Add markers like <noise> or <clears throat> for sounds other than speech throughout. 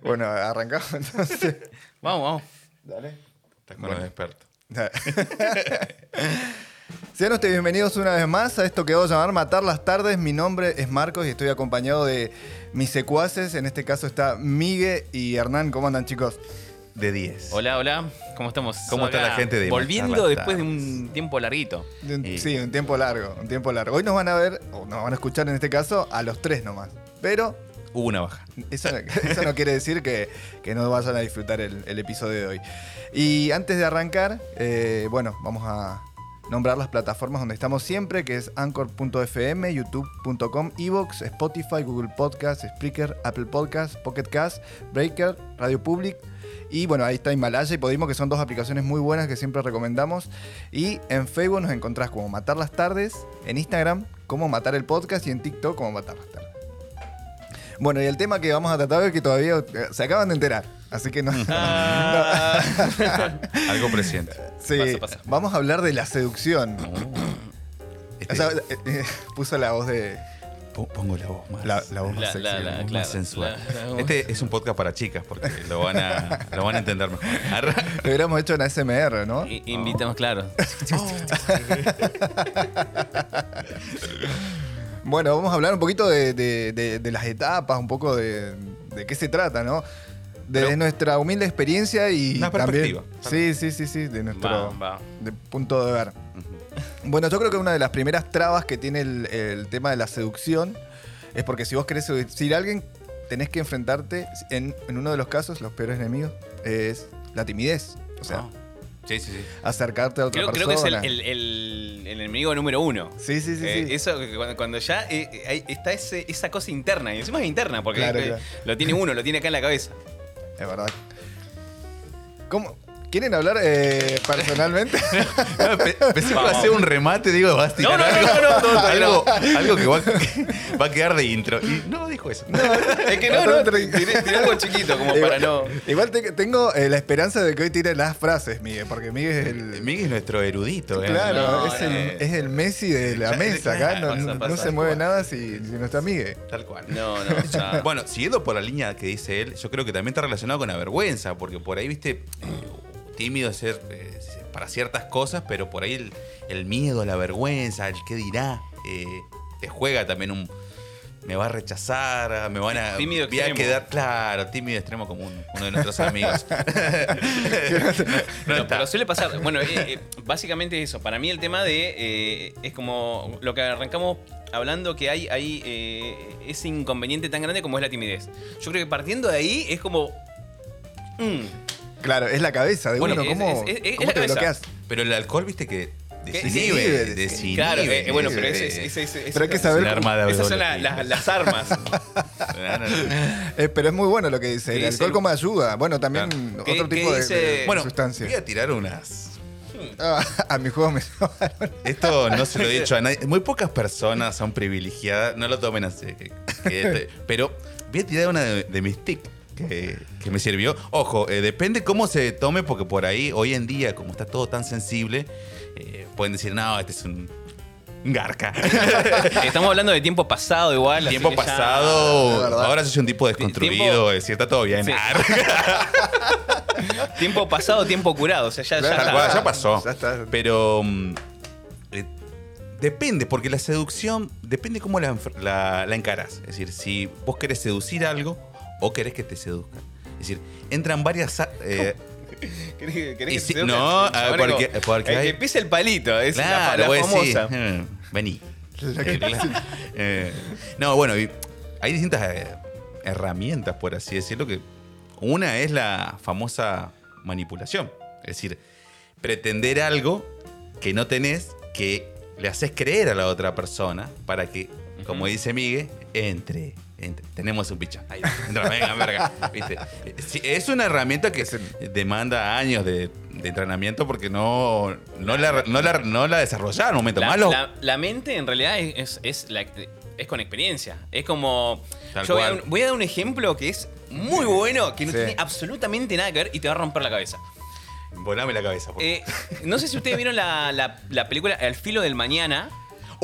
Bueno, arrancamos <laughs> entonces. Vamos, vamos. Dale. Estás con Bueno. el experto. <laughs> Sean ustedes bienvenidos una vez más a esto que voy a llamar Matar las Tardes. Mi nombre es Marcos y estoy acompañado de mis secuaces. En este caso está Migue y Hernán. ¿Cómo andan, chicos? De 10. Hola, hola. ¿Cómo estamos? ¿Cómo está Acá, la gente de Volviendo Matar las después de un tiempo larguito. De un- Y- Sí, un tiempo largo, un tiempo largo. Hoy nos van a ver, o nos van a escuchar en este caso, a los tres nomás. Pero Hubo una baja. Eso, <laughs> eso no quiere decir que, que no vayan a disfrutar el, el episodio de hoy. Y antes de arrancar, eh, bueno, vamos a nombrar las plataformas donde estamos siempre, que es anchor.fm, youtube.com, evox, Spotify, Google Podcast, Spreaker, Apple Podcast, Pocket Cast, Breaker, Radio Public. Y bueno, ahí está Himalaya y Podimo, que son dos aplicaciones muy buenas que siempre recomendamos. Y en Facebook nos encontrás como Matar las Tardes, en Instagram como Matar el Podcast y en TikTok como Matar las Tardes. Bueno, y el tema que vamos a tratar es que todavía eh, se acaban de enterar. Así que no. <laughs> Ah. Algo presente. Sí, pasa, pasa. vamos a hablar de la seducción. <coughs> Este, O sea, eh, eh, <laughs> puso la voz de. po- pongo la voz más. La- la voz más La- sexy. la- del la- mundo. más claro, sensual. la- la- este es un podcast para chicas porque lo van a, lo van a entender mejor. Arra- Lo hubiéramos hecho en ASMR, ¿no? <laughs> I- Invitamos, claro. Bueno, vamos a hablar un poquito de, de- de- de las etapas, un poco de, de qué se trata, ¿no? Desde Pero- nuestra humilde experiencia y Una también. perspectiva. Sí, sí, sí, sí, de nuestro Va, va. de punto de ver. Bueno, yo creo que una de las primeras trabas que tiene el, el tema de la seducción es porque si vos querés seducir a alguien, tenés que enfrentarte, en, en uno de los casos, los peores enemigos, es la timidez. O sea, Ah. Sí, sí, sí. acercarte a otra Creo, creo persona. que es el, el- el- el enemigo número uno. Sí, sí, sí. Eh, sí. Eso que cuando, cuando ya eh, eh, ahí está ese- esa cosa interna, y encima es interna, porque Claro, eh, claro. lo tiene uno, lo tiene acá en la cabeza. Es verdad. ¿Cómo? ¿Quieren hablar eh, <laughs> personalmente? Ah, Pe- Pensé que iba a Vamos. hacer un remate, digo, vas a tirar No, no, no, algo, no, no, no, no. algo, algo que va, que va <laughs> a quedar de intro. Y no dijo eso. Es que no, no, tiré, tiré algo chiquito como para no. Igual te- tengo eh, la esperanza de que hoy tire las frases, Miguel, porque Miguel es el. Miguel es nuestro erudito. ¿eh? Claro, No, es, no, el, no. es el Messi de la Ya, mesa acá, no, claro, no- pasa, no pasa. se mueve nada si, si no está Miguel. Tal cual. No, no, ya. <laughs> Bueno, siguiendo por la línea que dice él, yo creo que también está relacionado con la vergüenza, porque por ahí, viste, eh, tímido es ser eh, para ciertas cosas, pero por ahí el, el miedo, la vergüenza, el qué dirá, eh, te juega también un... Me va a rechazar, ah, me van a... Tímido voy a extremo. quedar, claro, tímido extremo como un- uno de <laughs> nuestros amigos. no, No, está. pero suele pasar. Bueno, eh, eh, básicamente eso. Para mí el tema de eh, es como lo que arrancamos hablando que hay, hay eh, ese inconveniente tan grande como es la timidez. Yo creo que partiendo de ahí es como mm, Claro, es la cabeza de Bueno, uno. es- ¿Cómo, es- es- es cómo la te cabeza. bloqueas? Pero el alcohol, viste que... Sí, Desinhibe, sí, desinhibe. claro. eh, bueno, pero ese ese- ese- ese- ese- Pero hay que esas- saber un arma de esas son la- doble las, las armas. Ah, <laughs> filo. Eh, pero es muy bueno lo que dice. Sí, el sí. alcohol como ayuda. Bueno, también Claro. ¿Qué- otro qué tipo de- dice- de, Bueno, sustancia. voy a tirar unas. Ah, <laughs> a mi juego me Esto no se lo he dicho a nadie. Muy pocas personas son privilegiadas. No lo tomen así. que- que este- pero voy a tirar una de, de mis tics que, que me sirvió. Ojo, eh, depende cómo se tome, porque por ahí, hoy en día, como está todo tan sensible, eh, pueden decir, no, este es un <laughs> un garca. <laughs> Estamos hablando de tiempo pasado igual. así tiempo que ya- de pasado. verdad. ahora soy un tipo desconstruido. Tiempo- eh, sí, está todo <laughs> bien. Sí. Ar- Tiempo pasado, tiempo curado. O sea, ya, ya Claro, está. Tal cual, ya pasó. <laughs> Ya <laughs> está. Pero. mm, eh, depende, porque la seducción. Depende cómo la, enf- la, la encarás. Es decir, si vos querés seducir algo o querés que te seduzcan. Es decir, entran varias. a- eh, ¿Querés que- querés Y que sí, te dé una- no, a ver, Bueno, porque- porque el hay- que pisa Eh, el palito, es la- claro, la, vos decís, famosa. "Mm, vení. Lo que Eh, claro. Eh, no, bueno, y hay distintas eh, herramientas, por así decirlo, que una es la famosa manipulación. Es decir, pretender algo que no tenés, que le haces creer a la otra persona para que, como Ujú. dice Miguel, entre. entre. Tenemos un picha. <laughs> Ahí va. Entra, venga, verga. ¿Viste? Eh, sí, Es una herramienta que demanda años de, de entrenamiento porque no, no, la, no, la, no la desarrollás al momento. La, Más los- la- la mente en realidad es, es, es la- es con experiencia. Es como. Tal yo voy a, cual. un- voy a dar un ejemplo que es muy bueno, que no Sí. tiene absolutamente nada que ver y te va a romper la cabeza. Volame la cabeza. por favor. Eh, no sé si ustedes vieron la, la- la película Al filo del mañana.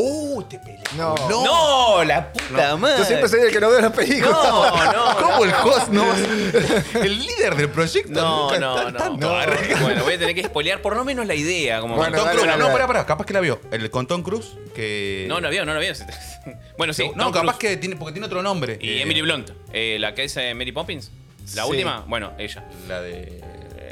¡Uh! Te peleé. No. No. ¡No! ¡La puta madre! Yo siempre soy el que no veo las películas. No, no. ¿Cómo el host no va <laughs> a ser- El líder del proyecto No, nunca no, está no. tanto. Bueno, voy a tener que spoilear por lo menos la idea. Como Bueno, Tom dale, Cruise, dale, no, dale. pará, pará, capaz que la vio. El con Tom Cruise, que. No, no vio, no lo vio. <laughs> Bueno, sí. no, Tom capaz Cruise. que tiene, porque tiene otro nombre. Y Eh, Emily Blunt, eh, la que es eh, Mary Poppins. La Sí. última, bueno, ella. La de.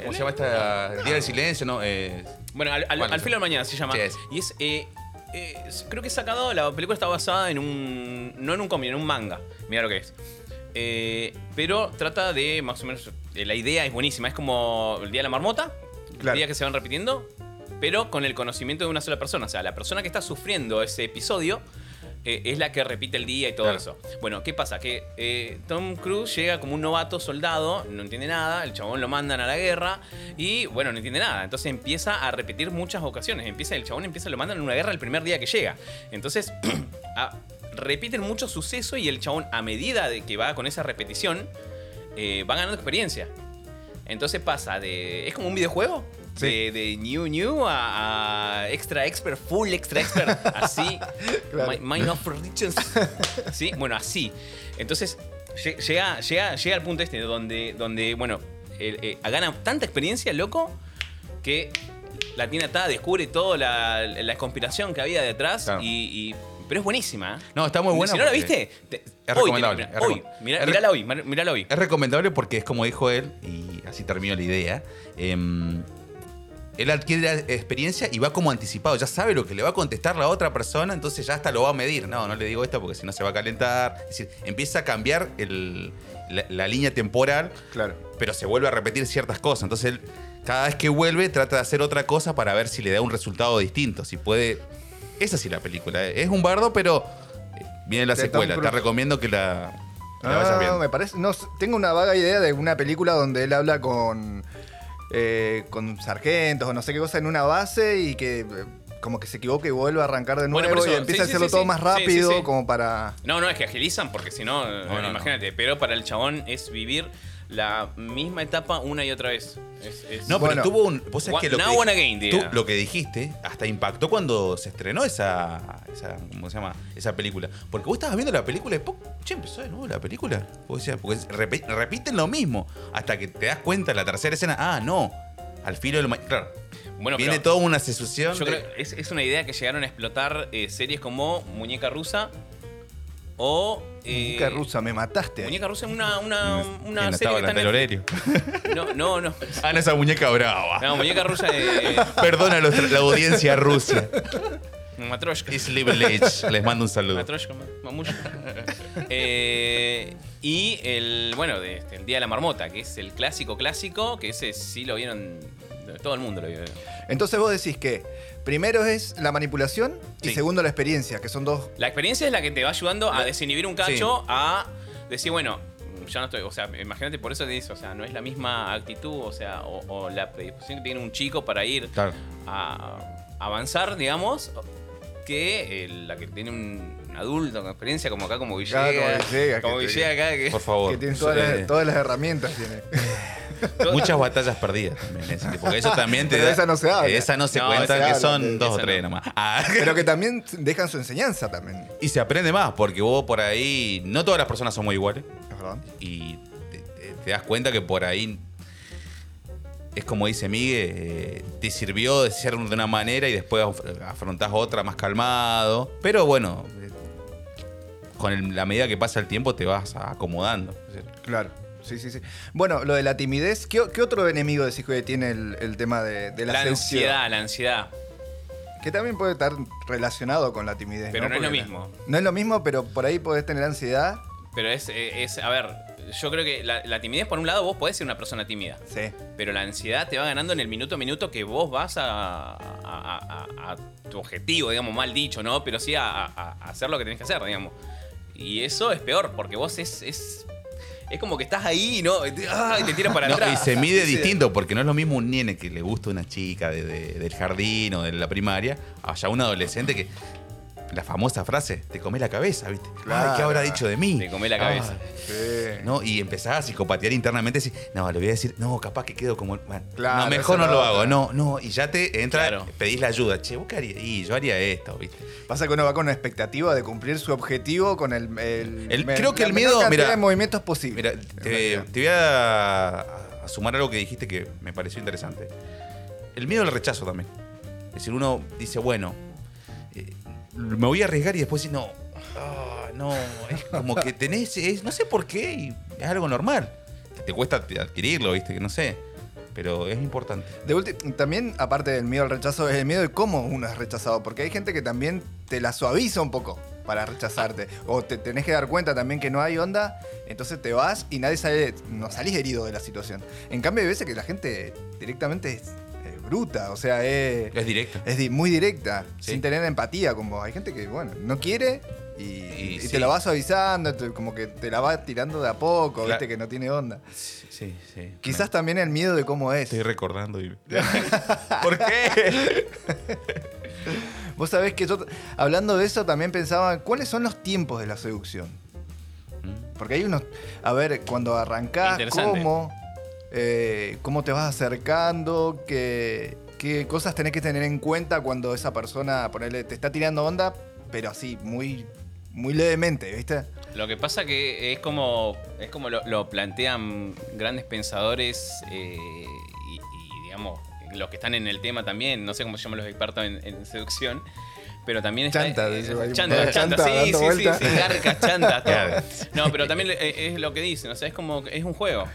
¿Cómo se llama esta? Día del Silencio, ¿no? Eh, Bueno, al, al, Bueno, al sí. filo de la mañana se llama. Sí, es. Y es. eh, eh, es- creo que es sacado. La película está basada en un. No en un cómic, en un manga. Mira lo que es. Eh, pero trata de más o menos. eh, la idea es buenísima. Es como el día de la marmota. Claro. Días que se van repitiendo. Pero con el conocimiento de una sola persona. O sea, la persona que está sufriendo ese episodio. eh, es la que repite el día y todo Claro. eso. Bueno, ¿qué pasa? Que eh, Tom Cruise llega como un novato soldado, no entiende nada, el chabón lo mandan a la guerra y bueno, no entiende nada. Entonces empieza a repetir muchas ocasiones. Empieza, el chabón empieza, lo mandan en una guerra el primer día que llega. Entonces <clears throat> a- repiten mucho suceso y el chabón a medida de que va con esa repetición eh, va ganando experiencia. Entonces pasa de. Es como un videojuego. Sí. De, de new new a, a extra expert, full extra expert. <laughs> Así. Claro. Mi- Mind of Riches. sí, bueno, así. Entonces, lle- llega, llega, llega al punto este donde, donde bueno, el- eh, gana tanta experiencia, loco, que la tiene atada, descubre toda la, la conspiración que había detrás. Claro. Y, y- pero es buenísima. ¿eh? No, está muy buena Si no la porque viste, te- hoy, te- recomendable, es hoy, recom- mirá- es re- mirala hoy, mar- mirala hoy. Es recomendable porque es como dijo él, y así termino la idea. em, él adquiere la experiencia y va como anticipado, ya sabe lo que le va a contestar la otra persona, entonces ya hasta lo va a medir. No, no le digo esto porque si no se va a calentar. Es decir, empieza a cambiar el- la, la línea temporal, Claro. pero se vuelve a repetir ciertas cosas. Entonces él, cada vez que vuelve, trata de hacer otra cosa para ver si le da un resultado distinto, si puede. Es así la película. eh. Es un bardo, pero eh, viene la De Tom secuela. Te Cruise. recomiendo que la, que la vayas Ah, viendo. me parece. No, sé, tengo una vaga idea de una película donde él habla con. eh, con sargentos o no sé qué cosa en una base y que. eh, como que se equivoca y vuelve a arrancar de Bueno, nuevo por eso, y empieza sí, a sí, hacerlo sí, todo sí. más Sí, sí, rápido, sí. como para. No, no, es que agilizan porque si no, eh, no, no. imagínate. Pero para el chabón es vivir la misma etapa una y otra vez. Es- es- No, Bueno. pero tuvo un. Vos sabés One- que lo now que, one again, tú- diría. lo que dijiste hasta impactó cuando se estrenó esa, esa. ¿Cómo se llama? Esa película. Porque vos estabas viendo la película y. ¡pum! Che, empezó de nuevo la película. Vos decías, porque es- repi- repiten lo mismo. Hasta que te das cuenta en la tercera escena. Ah, no. Al filo del. ma- Claro. Bueno, Viene pero- toda una sucesión. Yo de- creo que es, es una idea que llegaron a explotar eh, series como Muñeca Rusa o. eh, Muñeca rusa, me mataste. Muñeca Rusa es una, una, en una la serie que tabla está del en el- Aurelio. No, no, no. Ah, no, esa muñeca brava. No, Muñeca Rusa eh, es. Perdona a los- la audiencia rusa. Matroshka. It's Village. Les mando un saludo. Matroshka, ma- mamushka. <laughs> Eh, y el. Bueno, de este, el Día de la Marmota, que es el clásico clásico, que ese sí lo vieron. Todo el mundo lo vio. Entonces vos decís que primero es la manipulación y Sí. segundo la experiencia, que son dos. La experiencia es la que te va ayudando a desinhibir un cacho, Sí. a decir, bueno, ya no estoy. O sea, imagínate, por eso te dice, o sea, no es la misma actitud, o sea, o, o la predisposición que tiene un chico para ir Claro. a avanzar, digamos, que eh, la que tiene un, un adulto con experiencia, como acá, como Villegas. como Villegas, como que te- Villegas acá, que. Por favor. Que tienen todas, Eh, las, todas las herramientas. <laughs> Tiene. Muchas batallas perdidas también. es decir, Porque eso también te Pero da- de esa no se habla. Esa no se No, cuenta, esa que habla, son de- de dos o esa tres no. nomás. Ah, <laughs> Pero que también dejan su enseñanza también. y se aprende más, porque vos por ahí. No todas las personas somos iguales. ¿Es verdad? Y te, te- te das cuenta que por ahí. Es como dice Miguel, eh, te sirvió de ser de una manera y después af- afrontás otra más calmado. Pero bueno, eh, con el- la medida que pasa el tiempo te vas acomodando. Es decir, Claro. Sí, sí, sí. Bueno, lo de la timidez, ¿qué, qué otro enemigo decís que tiene el, el tema de, de la, La ansiedad? ansiedad, la ansiedad. Que también puede estar relacionado con la timidez. Pero no es lo Porque mismo. No es lo mismo, pero por ahí podés tener ansiedad. Pero es, eh, es a ver, yo creo que la, la timidez, por un lado, vos podés ser una persona tímida. Sí. Pero la ansiedad te va ganando en el minuto a minuto que vos vas a, a- a- a- a tu objetivo, digamos, mal dicho, ¿no? Pero sí a, a- a hacer lo que tenés que hacer, digamos. Y eso es peor, porque vos es. es es como que estás ahí ¿no? y te- ¡ah! y te tiras para No, atrás. y se mide Sí, sí. distinto, porque no es lo mismo un nene que le gusta una chica de- de- del jardín o de la primaria, allá un adolescente que la famosa frase, te comé la cabeza, ¿viste? Claro. Ay, ¿qué habrá dicho de mí? Te comé la cabeza. Ah, Sí. ¿no? Y empezás a psicopatear internamente, decís, no, le voy a decir, no, capaz que quedo como. bueno, Claro, no, mejor esa no es la lo otra. hago, no, no. Y ya te entra, Claro. pedís la ayuda. Che, vos qué harías, y yo haría esto, ¿viste? Pasa que uno va con una expectativa de cumplir su objetivo con el. el- El- me- creo que la el menor miedo, cantidad mira, de movimientos posible. Mira, eh, te, te voy a, a sumar algo que dijiste que me pareció interesante. El miedo al rechazo también. Es decir, uno dice, bueno, eh, me voy a arriesgar y después decís, no, ah, no, es como que tenés, es- no sé por qué, y es algo normal. Que te cuesta adquirirlo, ¿viste? Que no sé. Pero es importante. De ulti- también, aparte del miedo al rechazo, es el miedo de cómo uno es rechazado. Porque hay gente que también te la suaviza un poco para rechazarte. O te tenés que dar cuenta también que no hay onda, entonces te vas y nadie sale, no salís herido de la situación. En cambio, hay veces que la gente directamente es, eh, bruta, o sea, es, Es directo. es di- muy directa, Eh. Sí. sin tener empatía con vos. Hay gente que, bueno, no quiere. Y, Y y sí. te la va suavizando, te- como que te la va tirando de a poco, Claro. viste que no tiene onda. Sí, sí. Quizás también el miedo de cómo es. Estoy recordando <laughs> y... <laughs> ¿Por qué? Vos sabés que yo, hablando de eso, también pensaba, ¿cuáles son los tiempos de la seducción? Porque hay unos... A ver, cuando arrancás, Mm. Interesante. ¿cómo? eh, ¿Cómo te vas acercando? ¿Qué, qué cosas tenés que tener en cuenta cuando esa persona, ponele, te está tirando onda, pero así, muy, muy levemente, ¿viste? Lo que pasa que es como, es como lo, lo plantean grandes pensadores eh, y, y, digamos los que están en el tema también, no sé cómo se llaman los expertos en, en seducción, pero también está Chanta, eh, dice, hay un chanta, montón de chanta, chanta sí, dando sí, sí, vuelta. sí, <laughs> garca, chanta, todo. Claro. No, pero también eh, es lo que dicen, o sea, es como que es un juego.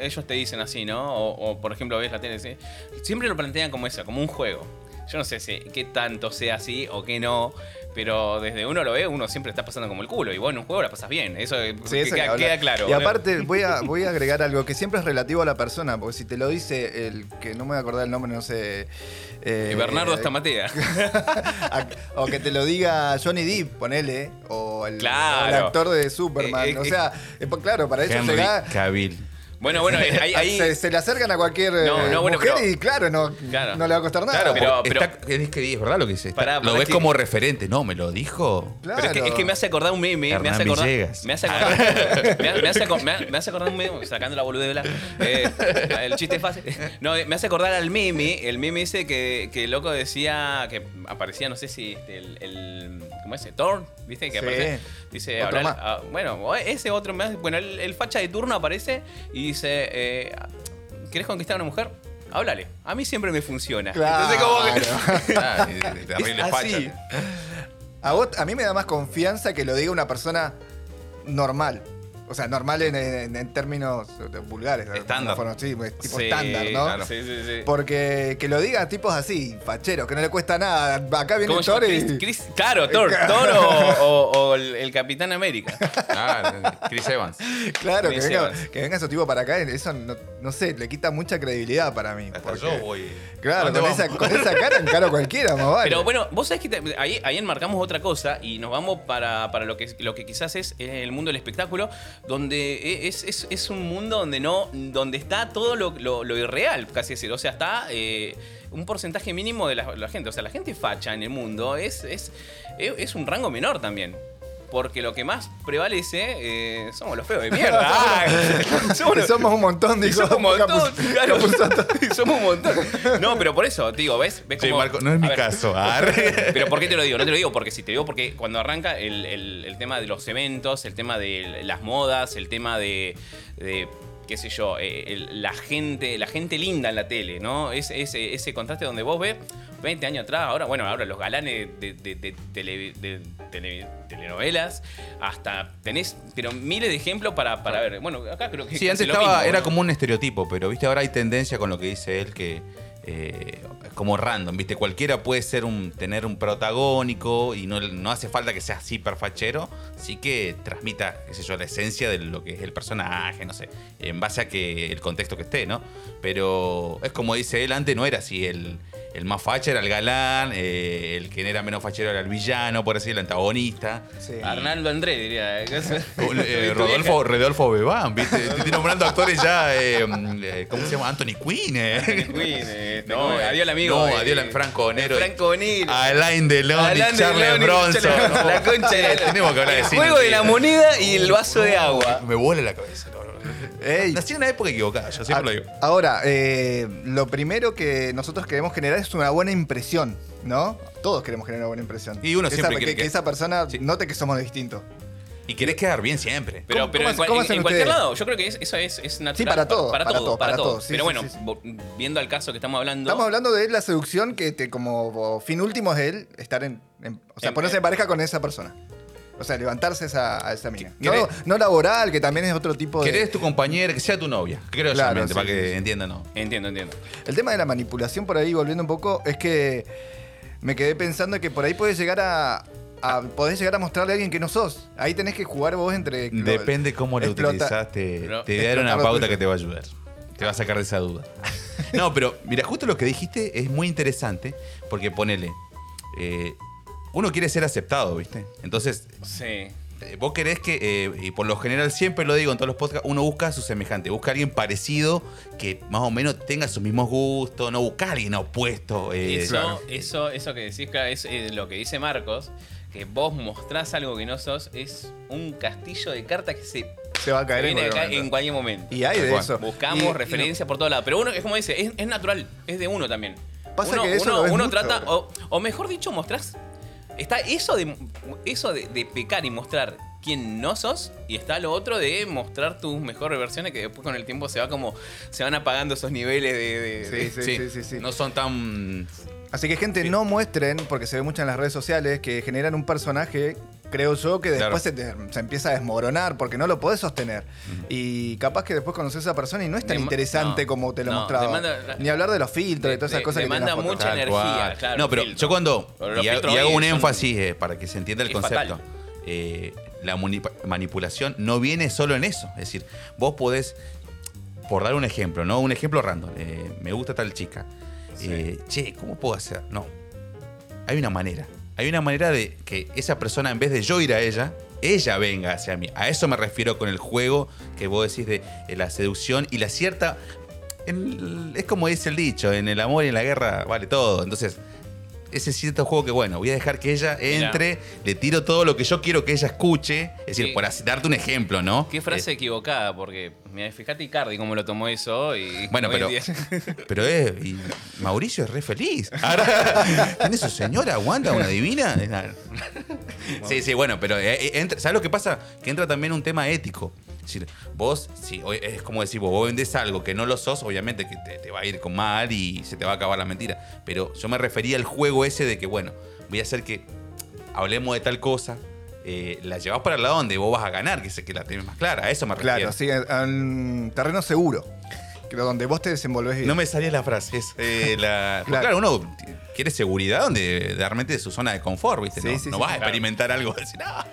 Ellos te dicen así, ¿no? O, o, por ejemplo ves la tele, ¿sí? siempre lo plantean como eso, como un juego. Yo no sé si- qué tanto sea así o qué no, pero desde uno lo ve, uno siempre está pasando como el culo. Y vos en un juego la pasas bien, eso eh, Sí, eso que queda, habla. queda claro. Y aparte, voy <laughs> a, voy a agregar algo que siempre es relativo a la persona, porque si te lo dice el que no me voy a acordar el nombre, no sé. eh, Eh, Bernardo eh, Estamatea. <laughs> A- o que te lo diga Johnny Depp, ponele, o el, Claro. o el actor de Superman. Eh, eh, o sea, eh, pa- claro, para ellos Henry llega. Cavill. Bueno, bueno, eh, <laughs> ahí. ahí- se, se le acercan a cualquier No, eh, no, bueno, mujer pero- y claro no, Claro. no le va a costar nada. Claro, Pero- pero, pero- es que es verdad lo que dice. está- Pará, lo pará, ves que- como referente. No, me lo dijo. Claro. Pero es que, es que me hace acordar un meme. me Hernán hace acordar. Villegas. Me <laughs> hace acordar. me, ha- me hace acor- me ha- me hace acordar un meme. Sacando la boludez de la. eh, el chiste es fácil. No, eh, me hace acordar al meme. El meme ese que, que el loco decía. Que aparecía, no sé si. este, el, el- ¿Cómo es? Thor. ¿Viste? Que Sí. aparece. Dice. Otro más. hablar- ah, bueno, o ese otro más. Bueno, el, el facha de turno aparece y dice. eh, ¿Querés conquistar a una mujer? Háblale. A mí siempre me funciona. Claro. Entonces, como que- <laughs> Ah, y- y terrible Es así. facha. a, vos- a mí me da más confianza que lo diga una persona normal. O sea, normal en, en- en términos vulgares. de alguna Estándar. forma, sí, pues, tipo Sí, estándar, ¿no? claro. Sí, sí, sí. Porque que lo diga tipos así, facheros, que no le cuesta nada. Acá viene ¿Cómo el se llama? Thor Chris- y... Chris- claro, <laughs> Thor, Thor o, o- o el, el Capitán América. Ah, Chris Evans. Claro, que Chris venga, Evans. que venga su tipo para acá, eso no, no sé, le quita mucha credibilidad para mí. Hasta porque- yo voy. Claro, ¿Dónde con vamos? esa, con esa cara encaro cualquiera, más <laughs> vale. Pero bueno, vos sabés que te- ahí, ahí enmarcamos otra cosa y nos vamos para, para lo, que, lo que quizás es el mundo del espectáculo, donde e, es, es- es un mundo donde no donde está todo lo, lo- lo irreal, casi decir. O sea, está eh, un porcentaje mínimo de la, la gente. O sea, la gente facha en el mundo es, es, es- es un rango menor también. Porque lo que más prevalece eh, somos los feos de mierda. <laughs> Ay, Y los- somos un montón, Y <laughs> dijo. somos un montón, Capuz- claro. Capuzotto. Y somos un montón. No, pero por eso, te digo, ¿ves? ¿Ves Che, cómo- Marco, no es A mi ver, caso. arre. <laughs> Pero ¿por qué te lo digo? No te lo digo porque si te digo porque cuando arranca el, el- el tema de los eventos, el tema de las modas, el tema de, de, qué sé yo, eh, el- la gente la gente linda en la tele, ¿no? Es, ese- ese contraste donde vos ves 20 años atrás, ahora, bueno, ahora los galanes de, de- de tele- de tele- telenovelas, hasta tenés, pero miles de ejemplos para, para ver. Bueno, acá creo que... Sí, antes lo estaba, mismo, ¿eh? era ¿no? como un estereotipo, pero viste, ahora hay tendencia con lo que dice él que eh, es como random, viste, cualquiera puede ser un, tener un protagónico y no, no hace falta que seas hiper fachero, sí que transmita, qué sé yo, la esencia de lo que es el personaje, no sé, en base a que el contexto que esté, ¿no? Pero es como dice él, antes no era así el, el más facha era el galán, eh, el que era menos fachero era el villano, por así decirlo, el antagonista. Sí. Arnaldo Andrés, diría. O, eh, <laughs> Tu Rodolfo, Rodolfo Bebán, ¿viste? Te estoy nombrando actores ya. eh, mm, eh, ¿Cómo se llama? Anthony Quinn. eh. vieja. <laughs> Queen, eh, No, no, eh, adiós el amigo. no, eh, adiós el Franco Onero. Franco Onero. Alain Delon Alan y Charles Delon y Bronson. Charles Bronson, La concha de la- Tenemos que hablar de El cine, juego de tío. la moneda y el vaso de agua. Me vuela la cabeza. no, no, no. Ey. Nací en una época equivocada, yo siempre A- lo digo. Ah, Ahora, eh, lo primero que nosotros queremos generar es una buena impresión, ¿no? Todos queremos generar una buena impresión. Y uno que siempre esa, quiere que, que- esa persona Sí. note que somos distintos. Y querés quedar bien siempre. Pero, ¿Cómo- pero cómo en, hace- cual- cómo en- hacen en cualquier ustedes? lado, yo creo que es- eso es, es natural. para todo, Para, para todo, todo, para para todo. todo, sí, pero sí, bueno, sí, sí. vo- viendo al caso que estamos hablando. Estamos hablando de la seducción que te, como fin último es él estar en, en- o sea, En- ponerse en- en pareja con esa persona. O sea, levantarse esa, a esa mina. No, ¿Querés- no laboral, que también es otro tipo de... Querés tu compañera, que sea tu novia. Creo Claro, solamente, sí, para que sí, sí. entiendan, ¿no? Entiendo, entiendo. El tema de la manipulación por ahí, volviendo un poco, es que me quedé pensando que por ahí podés llegar a, a- podés llegar a mostrarle a alguien que no sos. Ahí tenés que jugar vos entre lo- Depende cómo lo explota- utilizaste. Pero- Te voy a dar una explotar lo pauta tuyo. que te va a ayudar. Te va a sacar de esa duda. No, pero mira, justo lo que dijiste es muy interesante porque ponele, eh, uno quiere ser aceptado, ¿viste? Entonces, Sí. eh, vos querés que, eh, y por lo general siempre lo digo en todos los podcasts, uno busca a su semejante, busca a alguien parecido que más o menos tenga sus mismos gustos, no busca a alguien opuesto. eh, eso, claro. eso, eso que decís, claro, es eh, lo que dice Marcos, que vos mostrás algo que no sos, es un castillo de cartas que se Te va a caer en viene acá cualquier en momento. cualquier momento. Y hay de Bueno, eso. Buscamos Y- y no- referencias por todos lados. Pero uno, es como dice, es, es natural, es de uno también. Pasa uno, que eso uno, lo ves uno mucho trata, ahora. o, o mejor dicho, mostrás. Está eso de eso de, de pecar y mostrar quién no sos, y está lo otro de mostrar tus mejores versiones que después con el tiempo se va como. se van apagando esos niveles de. de- de- Sí, sí, sí, sí. No son tan... Así que gente, no muestren, porque se ve mucho en las redes sociales, que generan un personaje, creo yo, que después se, te- se empieza a desmoronar porque no lo podés sostener. Y capaz que después conoces a esa persona y no es tan Dema- interesante no, como te lo no, mostraba. demanda- Ni hablar de los filtros y todas esas de- cosas que demanda tienen las fotos. mucha Tal energía, cual. claro, Ah, No, pero filtro. yo cuando. Pero los Y, ha- filtros y hago hoy un son- énfasis eh, para que se entienda el Es concepto. fatal. Eh, la munipa- manipulación no viene solo en eso. Es decir, vos podés. Por dar un ejemplo, ¿no? Un ejemplo random. eh, me gusta tal chica. Eh, che, ¿cómo puedo hacer? No. Hay una manera. Hay una manera de que esa persona, en vez de yo ir a ella, ella venga hacia mí. A eso me refiero con el juego que vos decís de, eh, la seducción y la cierta. en- es como dice el dicho: en el amor y en la guerra vale todo. Entonces, ese cierto juego que, bueno, voy a dejar que ella Mirá. entre, le tiro todo lo que yo quiero que ella escuche. Es decir, Sí. por así- darte un ejemplo, ¿no? Qué frase Eh, equivocada, porque mira, fíjate Icardi cómo lo tomó eso y bueno, hoy en pero, día- <laughs> pero es, y Mauricio es re feliz. Ahora, ¿Tiene su señora? ¿Aguanta una divina? Es la- Sí, sí, bueno, pero eh, eh, entra- ¿sabes lo que pasa? Que entra también un tema ético. Es decir, vos, si hoy- es como decir, vos, vos vendés algo que no lo sos, obviamente que te, te va a ir con mal y se te va a acabar la mentira. Pero yo me refería al juego ese de que, bueno, voy a hacer que hablemos de tal cosa, eh, la llevás para el lado donde vos vas a ganar, que, se, que la tenés más clara. A eso me refiero. Claro, sí, a un terreno seguro, que donde vos te desenvolvés bien. No me salía la frase. esa. Eh, <laughs> la- porque, Claro. claro. uno t- quiere seguridad donde realmente es su zona de confort, ¿viste? Sí, no sí, no sí, vas a claro. experimentar algo decir, "Ah".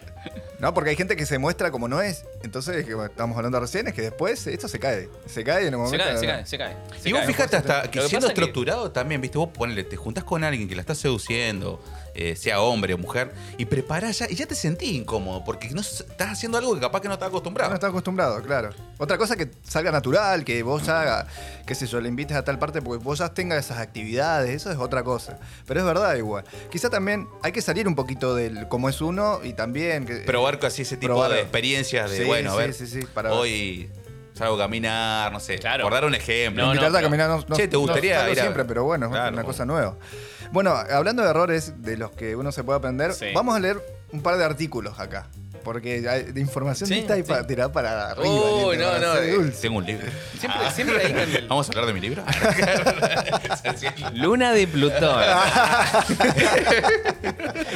No, porque hay gente que se muestra como no es. Entonces, que bueno, estamos hablando recién, es que después esto se cae. Se cae en un se momento. cae, se no- cae, se cae. se y vos cae. fíjate hasta que Lo que pasa siendo es que- estructurado también, ¿viste? Vos ponele, te juntás con alguien que la está seduciendo, eh, sea hombre o mujer, y preparás ya, y ya te sentís incómodo, porque no s- estás haciendo algo que capaz que no estás acostumbrado. No está acostumbrado, claro. Otra cosa que salga natural, que vos haga, qué sé yo, le invites a tal parte porque vos ya tengas esas actividades, eso es otra cosa. Pero es verdad igual. Quizá también hay que salir un poquito del cómo es uno y también que, Probar casi ese tipo Probar. de experiencias de, Sí, bueno, a sí, ver, sí, sí, para- hoy salgo a caminar, no sé, Claro. por dar un ejemplo. No, no, invitarte a pero- caminar no, no- Che, ¿te no gustaría salgo ir a- siempre, pero bueno, es Claro. una cosa nueva. Bueno, hablando de errores de los que uno se puede aprender, Sí. vamos a leer un par de artículos acá. Porque hay de información Sí, lista y sí. para tirar para arriba. Uy, lindo, no, para no, hacer eh, dulce. Tengo un libro. Siempre, Ah. siempre <laughs> ahí con el- ¿Vamos a hablar de mi libro? Luna de Plutón.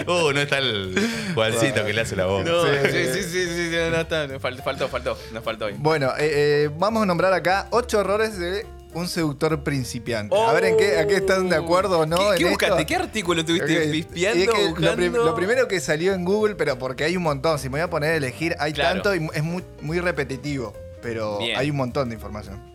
Uh, no está el Juancito que le hace la voz. No, Sí. sí, sí, sí, sí, sí, no, está, no, fal- faltó, faltó, nos faltó hoy. Bueno, eh, eh, vamos a nombrar acá ocho errores de un seductor principiante. a ver en qué, a qué están de acuerdo o no. Oh, ¿Qué, en qué buscaste? esto. ¿Qué artículo Ok, tuviste pispeando, y es que lo buscando? pri- Lo, primero que salió en Google, pero porque hay un montón, si me voy a poner a elegir, hay Claro. tanto y mu- es muy, muy repetitivo, pero Bien. hay un montón de información.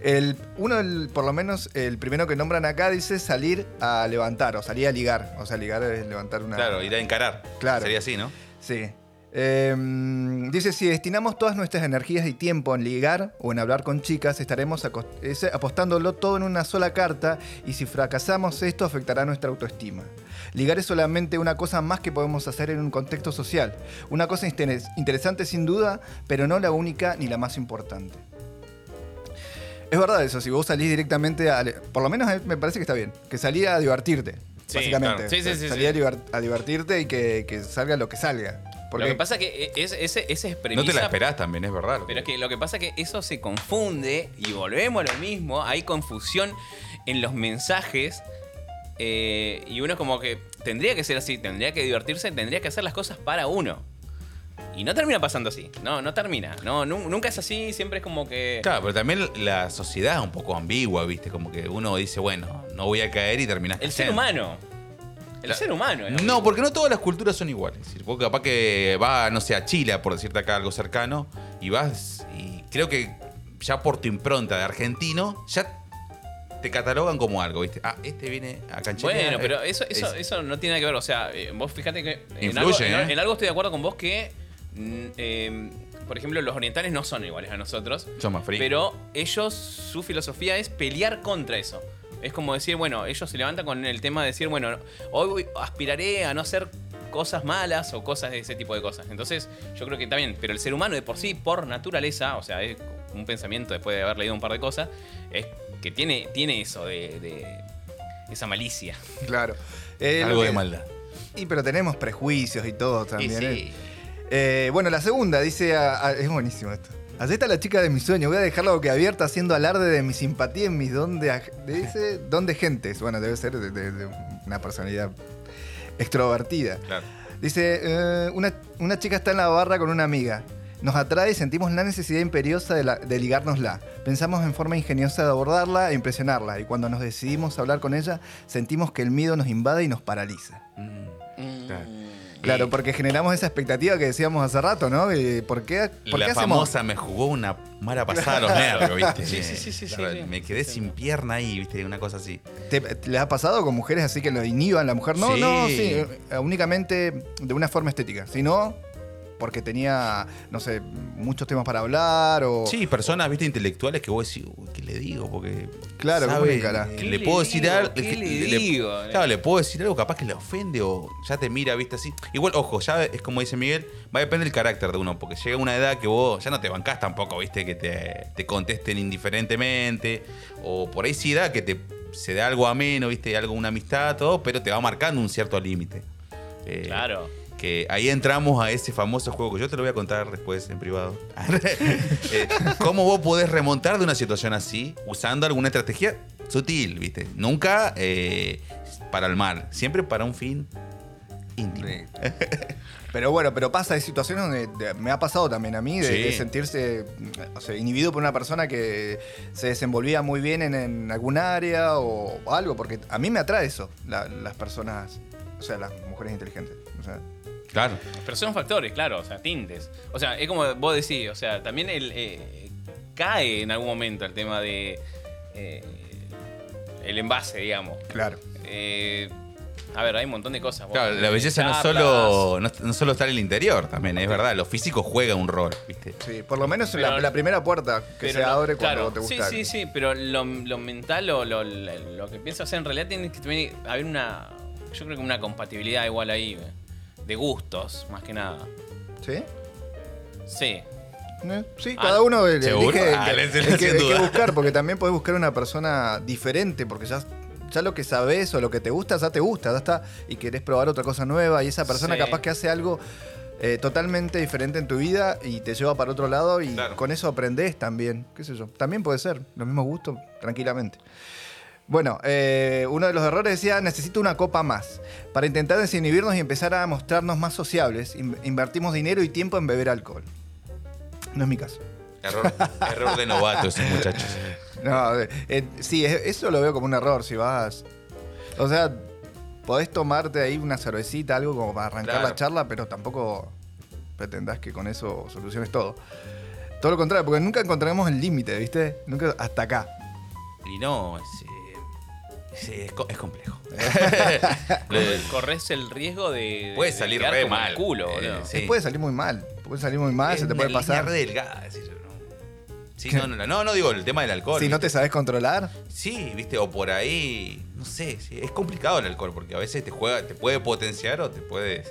El, uno, el- por lo menos, el primero que nombran acá dice salir a levantar o salir a ligar. O sea, ligar es levantar una. Claro, ir a encarar. Claro. Sería así, ¿no? Sí. Em, dice, si destinamos todas nuestras energías y tiempo en ligar o en hablar con chicas, estaremos acos- es- apostándolo todo en una sola carta y si fracasamos esto afectará nuestra autoestima. Ligar es solamente una cosa más que podemos hacer en un contexto social. Una cosa interes- interesante sin duda, pero no la única ni la más importante. Es verdad eso, si vos salís directamente a... le- Por lo menos a mí me parece que está bien, que salí a divertirte, Sí, básicamente. Eh, claro. Sí, sí, sí, Salí sí. a diver- a divertirte y que, que salga lo que salga. Porque, Lo que pasa que e, es, ese, ese es premisa. No te la esperás también, es verdad. Pero es que lo que pasa es que eso se confunde y volvemos a lo mismo. Hay confusión en los mensajes. eh, y uno como que tendría que ser así, tendría que divertirse, tendría que hacer las cosas para uno. Y no termina pasando así. No, no termina. No, nu- nunca es así, siempre es como que. Claro, pero también la sociedad es un poco ambigua, ¿viste? Como que uno dice, bueno, no voy a caer y terminás El ser cayendo. humano. El Claro. ser humano. es lo No, mismo. porque no todas las culturas son iguales. Es decir, Vos capaz que vas, no sé, a Chile, por decirte acá algo cercano, y vas y creo que ya por tu impronta de argentino, ya te catalogan como algo, ¿viste? Ah, este viene acá en Chile. Bueno, eh, pero eso, eso, es- eso no tiene nada que ver. O sea, eh, vos fíjate que. En, Influye, algo, en ¿eh? al- en algo estoy de acuerdo con vos que. mm, eh, por ejemplo, los orientales no son iguales a nosotros. Son más fríos. Pero ellos, su filosofía es pelear contra eso. Es como decir, bueno, ellos se levantan con el tema de decir, bueno, hoy voy- aspiraré a no hacer cosas malas o cosas de ese tipo de cosas. Entonces, yo creo que también, pero el ser humano de por sí, por naturaleza, o sea, es un pensamiento después de haber leído un par de cosas, es que tiene, tiene eso de- de esa malicia. claro. Eh, lo algo que- de maldad. Y pero tenemos prejuicios y todo también. Y ¿eh? Eh, bueno, la segunda dice. a- a- es buenísimo esto. Allá está la chica de mi sueño. Voy a dejarla boquiabierta haciendo alarde de mi simpatía en mis don de. aj- de Dice. <laughs> don de gentes. Bueno, debe ser de, de- de una personalidad extrovertida. Claro. Dice, eh, una, una chica está en la barra con una amiga. Nos atrae y sentimos la necesidad imperiosa de, la- de ligárnosla. Pensamos en forma ingeniosa de abordarla e impresionarla. Y cuando nos decidimos a hablar con ella, sentimos que el miedo nos invade y nos paraliza. Mm. sí. Claro. Claro, porque generamos esa expectativa que decíamos hace rato, ¿no? Eh, ¿Por qué, por la qué hacemos? famosa me jugó una mala pasada a los nervios, ¿viste? Sí, sí, sí, sí, sí, Claro, sí. Me quedé sin pierna ahí, ¿viste? Una cosa así. ¿Te, te le ha pasado con mujeres así que lo inhiban la mujer? No, Sí. no, sí, eh, únicamente de una forma estética, sino porque tenía, no sé, muchos temas para hablar o... Sí, personas, viste, intelectuales que vos decís, "Uy, ¿qué le digo? Porque. Claro, ¿cómo sabe, le encarás? eh, ¿Qué Le le puedo decir digo? algo. ¿Qué le digo? Claro, le puedo decir algo capaz que le ofende o ya te mira, viste, así. Igual, ojo, ya es como dice Miguel, va a depender del carácter de uno, porque llega una edad que vos ya no te bancás tampoco, viste, que te, te contesten indiferentemente. O por ahí sí da que te se da algo ameno, viste, algo, una amistad, todo, pero te va marcando un cierto límite. Eh, Claro. que ahí entramos a ese famoso juego que yo te lo voy a contar después en <laughs> privado. Eh, ¿Cómo vos podés remontar de una situación así usando alguna estrategia sutil, viste? Nunca eh, para el mal, siempre para un fin íntimo. Sí. Pero bueno, pero pasa, hay situaciones donde de- me ha pasado también a mí de, Sí. de sentirse o sea, inhibido por una persona que se desenvolvía muy bien en, en algún área o, o algo, porque a mí me atrae eso, la- las personas, o sea, las mujeres inteligentes. o sea. Claro. Pero son factores, claro, o sea, tintes. O sea, es como vos decís, o sea, también el, eh, cae en algún momento el tema de. eh, el envase, digamos. claro. Eh, a ver, hay un montón de cosas. vos Claro, tenés la belleza no chapas, solo, no, no solo está en el interior también, es verdad, lo físico juega un rol, viste. Sí, por lo menos la, Pero- la primera puerta que pero se no- abre cuando claro, te gusta. Sí, sí, sí, pero lo, lo mental o lo, lo- lo que piensas hacer en realidad tiene que también haber una. Yo creo que una compatibilidad igual ahí, eh, de gustos, más que nada. sí. ¿Sí? Sí. ¿Eh? Sí, Ah, cada uno el- ¿seguro? elige el Ah, que, le- le- el que- sin el que duda. buscar, porque también podés buscar una persona diferente, porque ya, ya lo que sabes o lo que te gusta, ya te gusta, ya está, y querés probar otra cosa nueva, y esa persona Sí. capaz que hace algo eh, totalmente diferente en tu vida y te lleva para otro lado, y Claro. con eso aprendés también, qué sé yo, también puede ser, los mismos gustos, tranquilamente. Bueno, eh, uno de los errores decía, necesito una copa más. Para intentar desinhibirnos y empezar a mostrarnos más sociables, in- invertimos dinero y tiempo en beber alcohol. No es mi caso. Error, error de novato esos muchachos. No, eh, eh, sí, es- eso lo veo como un error, si vas... O sea, podés tomarte ahí una cervecita, algo como para arrancar Claro. la charla, pero tampoco pretendás que con eso soluciones todo. Todo lo contrario, porque nunca encontramos el límite, ¿viste? Nunca hasta acá. <laughs> Y no, es, eh, es, es co- es complejo. Corres el riesgo de. de- puede de salir quedar re como el mal. culo, eh, boludo. sí. Puede salir muy mal. Puede salir muy mal, Ah, Es se te una puede línea pasar. re delgada, es decir, no. Sí, no, no, no, no, digo, el tema del alcohol. Si no te sabes controlar, Sí, viste, o por ahí, no sé, sí, es complicado el alcohol porque a veces te juega, te puede potenciar o te puede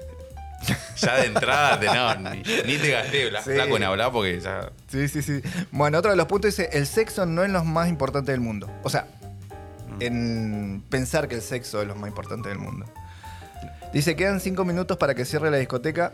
ya de entrada te no, ni, ni te gasté la Sí. flaco en hablar porque ya Sí, sí, sí. Bueno, otro de los puntos dice, el sexo no es lo más importante del mundo. O sea, Mm. en pensar que el sexo es lo más importante del mundo. Dice, quedan cinco minutos para que cierre la discoteca.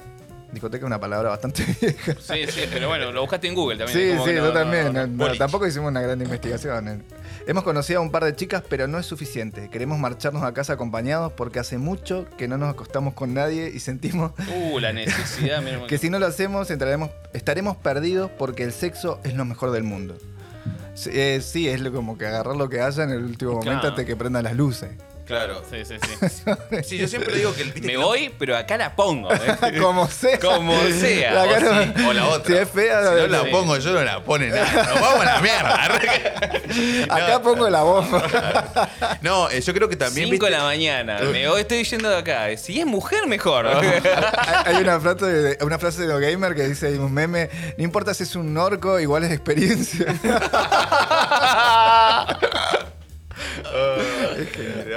Discoteca es una palabra bastante vieja. Sí, sí, pero bueno, lo buscaste en Google también. es Sí, como sí, que no- yo no- también. no- No, boliche. tampoco hicimos una gran investigación. ¿eh? Hemos conocido a un par de chicas, pero no es suficiente. Queremos marcharnos a casa acompañados porque hace mucho que no nos acostamos con nadie y sentimos Uh, la necesidad, mira, <laughs> que si no lo hacemos entraremos- estaremos perdidos porque el sexo es lo mejor del mundo. Sí, eh, sí, es lo- como que agarrar lo que haya en el último Claro. momento antes que prendan las luces. <laughs> claro. Sí, sí, sí. Sí, yo siempre digo que el viste Me que voy, pero acá la pongo. ¿eh? como sea. Como <laughs> sea. La o cara- sí. <laughs> no- o la otra. Si es fea, Si no la- la sí. pongo, yo no la pone nada. Nos vamos a la mierda. <laughs> Acá No, pongo la bomba. No, eh, yo creo que también 5 de viste- <laughs> la mañana. Me voy, estoy yendo de acá. Si es mujer, <laughs> mejor. Hay hay una frase, de, una frase de los gamer que dice hay un meme, no importa si es un orco, igual es experiencia.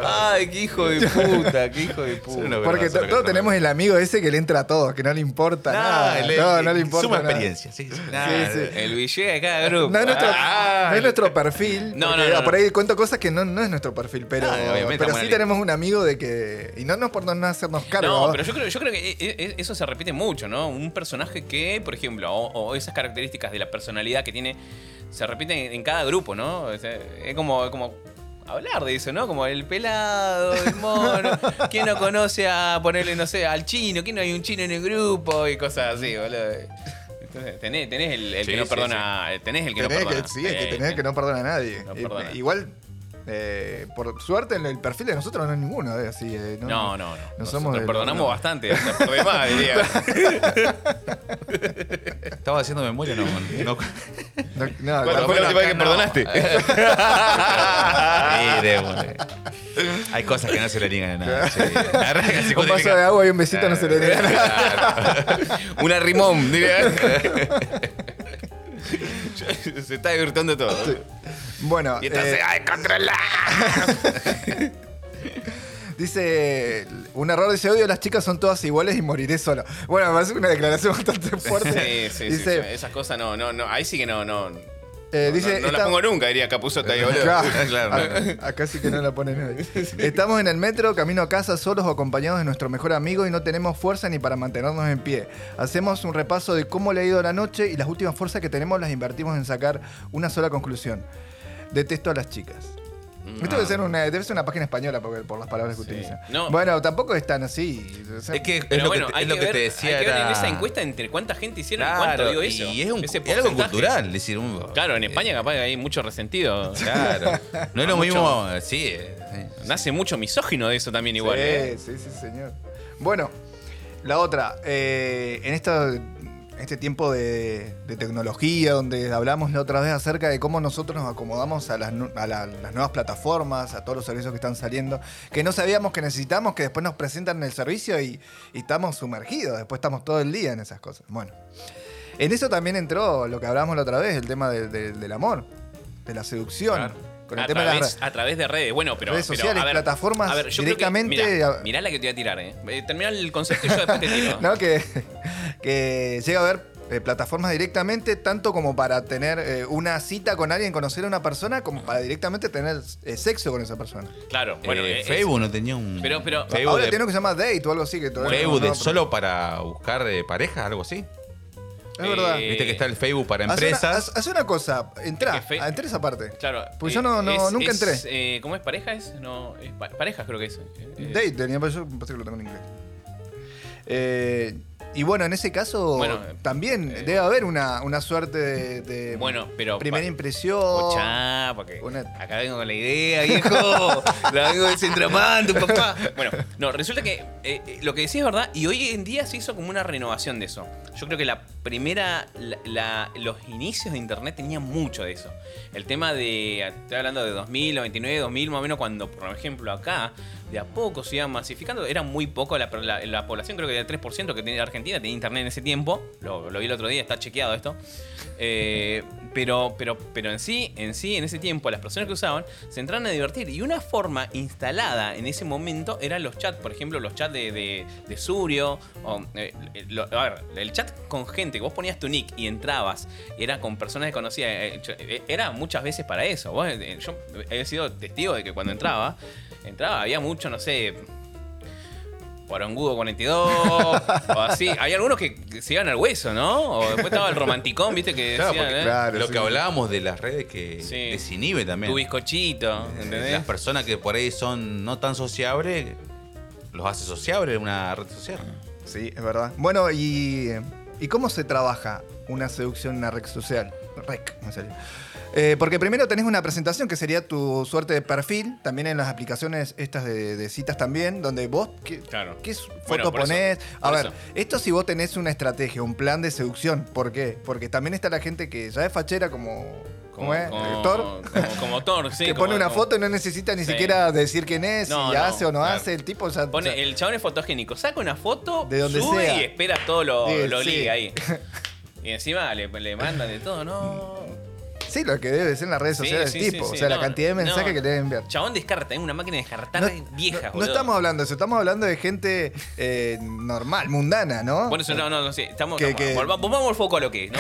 Ay, qué <laughs> hijo de puta, qué hijo de puta. No, Porque verdad, solo to- que todos no tenemos el amigo ese que le entra a todo, que no le importa nada. el- no, el- no le importa. Suma nada. experiencia, sí, sí. nada, sí. El billete de cada grupo. No es nuestro, Ah. no es nuestro perfil. No, porque no, no, Por no. ahí cuento cosas que no, no es nuestro perfil, pero, Ah, obviamente, pero estamos sí en la tenemos un amigo de que. Y no nos por no hacernos cargo. No, pero yo creo, yo creo que e- e- eso se repite mucho, ¿no? Un personaje que, por ejemplo, o, o esas características de la personalidad que tiene, se repiten en, en cada grupo, ¿no? O sea, es como, es como hablar de eso, ¿no? Como el pelado, el <laughs> mono, ¿quién no conoce a ponerle, no sé, al chino? ¿Quién no hay un chino en el grupo? Y cosas así, boludo. Entonces, tenés, tenés el, el Sí, que no sí, perdona, tenés el que Tenés no que, perdona. Eh, sí, es que tenés que no perdona a nadie. No Eh, perdona. Igual, eh, por suerte, en el perfil de nosotros no es ninguno. eh, así, eh, no, No, no, no. No Nosotros somos de- perdonamos no. bastante, hasta por demás, diría. <laughs> Estaba haciendo memoria, no. no- No, no, Bueno, tampoco- fue la última vez que perdonaste? Sí, de una. Hay cosas que no se le niegan a nada. sí. La verdad que se un vaso justifica. de agua y un besito no se le da. Una rimón, diría. Se está divirtiendo todo. Bueno, Y entonces, eh, ¡ay, controla! dice un error dice odio, las chicas son todas iguales y moriré solo. Bueno, me parece una declaración bastante fuerte. <laughs> Sí, sí, dice, sí. Esas cosas no, no, no. Ahí sí que no, no. eh, no- dice no, la esta- pongo nunca, diría Capuzota. ahí, <laughs> boludo. Claro, Claro, a- acá sí que no la pone nadie. Estamos en el metro, camino a casa, solos o acompañados de nuestro mejor amigo y no tenemos fuerza ni para mantenernos en pie. Hacemos un repaso de cómo le ha ido la noche y las últimas fuerzas que tenemos las invertimos en sacar una sola conclusión. Detesto a las chicas. Esto debe ser, una, debe ser una página española porque- por, las palabras que Sí. utilizan. No. Bueno, tampoco están así. o sea, Es que es Pero lo bueno, que, te- hay es lo que que ver, te decía. hay que ver en era- esa encuesta entre cuánta gente hicieron y Claro, cuánto dio eso. Y es, un- Ese es algo porcentaje. cultural. es decir, un- Claro, en eh, España capaz que hay mucho resentido. Claro. No <laughs> es lo mismo. Sí. eh, sí. Nace mucho misógino de eso también igual. sí, ¿eh? sí, sí, señor. Bueno, la otra, eh, en esta- este tiempo de, de tecnología, donde hablamos la otra vez acerca de cómo nosotros nos acomodamos a, las, nu- a la- las nuevas plataformas, a todos los servicios que están saliendo, que no sabíamos que necesitamos, que después nos presentan el servicio y, y estamos sumergidos, después estamos todo el día en esas cosas. Bueno, en eso también entró lo que hablamos la otra vez, el tema de- de- del amor, de la seducción. Claro. Con el A tema de las través, a través de redes. Bueno, pero. redes pero, sociales, a ver, plataformas, a ver, yo creo que- directamente- mirá, mirá la que te voy a tirar, ¿eh? Eh, Termina el concepto y <laughs> yo después te tiro. ¿no? Que, que llega a haber eh, plataformas directamente, tanto como para tener eh, una cita con alguien, conocer a una persona, como para directamente tener eh, sexo con esa persona. Claro, bueno. Eh, eh, es- Facebook no tenía un. Pero- pero- Facebook, Ahora de, tiene uno que se llama date o algo así. Que todavía Facebook no- de no- solo para buscar eh, parejas, algo así. Es verdad. Eh, Viste que está el Facebook para Haz una- empresas. haz- haz una, cosa, entrá, Es que fe- entrá esa parte. Claro. Porque eh, Pues yo no- no- es- nunca es, entré. eh, ¿Cómo es pareja? Es, no, es pa- parejas creo que es. eh, eh, Date, tenía, pero yo me parece que lo tengo en inglés. Eh, Y bueno, en ese caso Bueno, también eh, debe haber una, una suerte de, de Bueno, pero- primera pa- impresión. Escuchá, porque Una- acá vengo con la idea, viejo. la vengo desentramando, papá. Bueno, no, resulta que eh, eh, lo que decís es verdad y hoy en día se hizo como una renovación de eso. Yo creo que la primera, la- la- los inicios de Internet tenían mucho de eso. El tema de, estoy hablando de 2000, 99, 2000 más o menos, cuando, por ejemplo, acá, de a poco se iban masificando, era muy poco la, la- la población, creo que del 3% que tenía Argentina, tenía Internet en ese tiempo, lo, lo vi el otro día, está chequeado esto. Eh, pero, pero, pero en sí, en sí, en ese tiempo, las personas que usaban se entraron a divertir. Y una forma instalada en ese momento eran los chats, por ejemplo, los chats de, de, de Surio. o, eh, lo- a ver, el chat con gente, que vos ponías tu nick y entrabas, era con personas desconocidas. eh, yo- eh, Era muchas veces para eso. Vos, eh, yo he sido testigo de que cuando entraba, entraba, había mucho, no sé, Porongudo <laughs> 42, o así. Hay algunos que que se iban al hueso, ¿no? O después estaba el romanticón, ¿viste? Que Claro, decían, porque, ¿eh? claro, lo sí. que hablábamos de las redes que Sí. desinhibe también. tu bizcochito, ¿entendés? Las personas que por ahí son no tan sociables, los hace sociables una red social. Sí, es verdad. Bueno, y, ¿y cómo se trabaja una seducción en una red social? Rec, me salió. Eh, porque primero tenés una presentación que sería tu suerte de perfil, también en las aplicaciones estas de, de citas también, donde vos qué, Claro. qué foto Bueno, por eso, ponés. A por ver, eso. esto si vos tenés una estrategia, un plan de seducción, ¿por qué? Porque también está la gente que ya es fachera como, ¿cómo es? Actor, Como, como <laughs> Thor, sí. que como- pone una como- foto y no necesita ni Sí. siquiera decir quién es, No, si no, hace o no claro. hace, el tipo ya... Pone, ya- el chabón es fotogénico. Saca una foto, De donde sube sea. y espera todo lo, Sí, lo sí. <laughs> ligue ahí. Y encima le, le mandan de todo, ¿no? Sí, lo que debe ser en las redes Sí, sociales sí, el tipo. sí, sí, o sea, no, la cantidad de mensajes no. que le deben enviar. Chabón descarta, es una máquina de descartar vieja, no boludo. estamos hablando de eso, estamos hablando de gente eh, normal, mundana, ¿no? Bueno, eso no, no, no sé. Estamos, Que- no, que- volva- volvamos al foco a lo que <laughs> es, ¿no?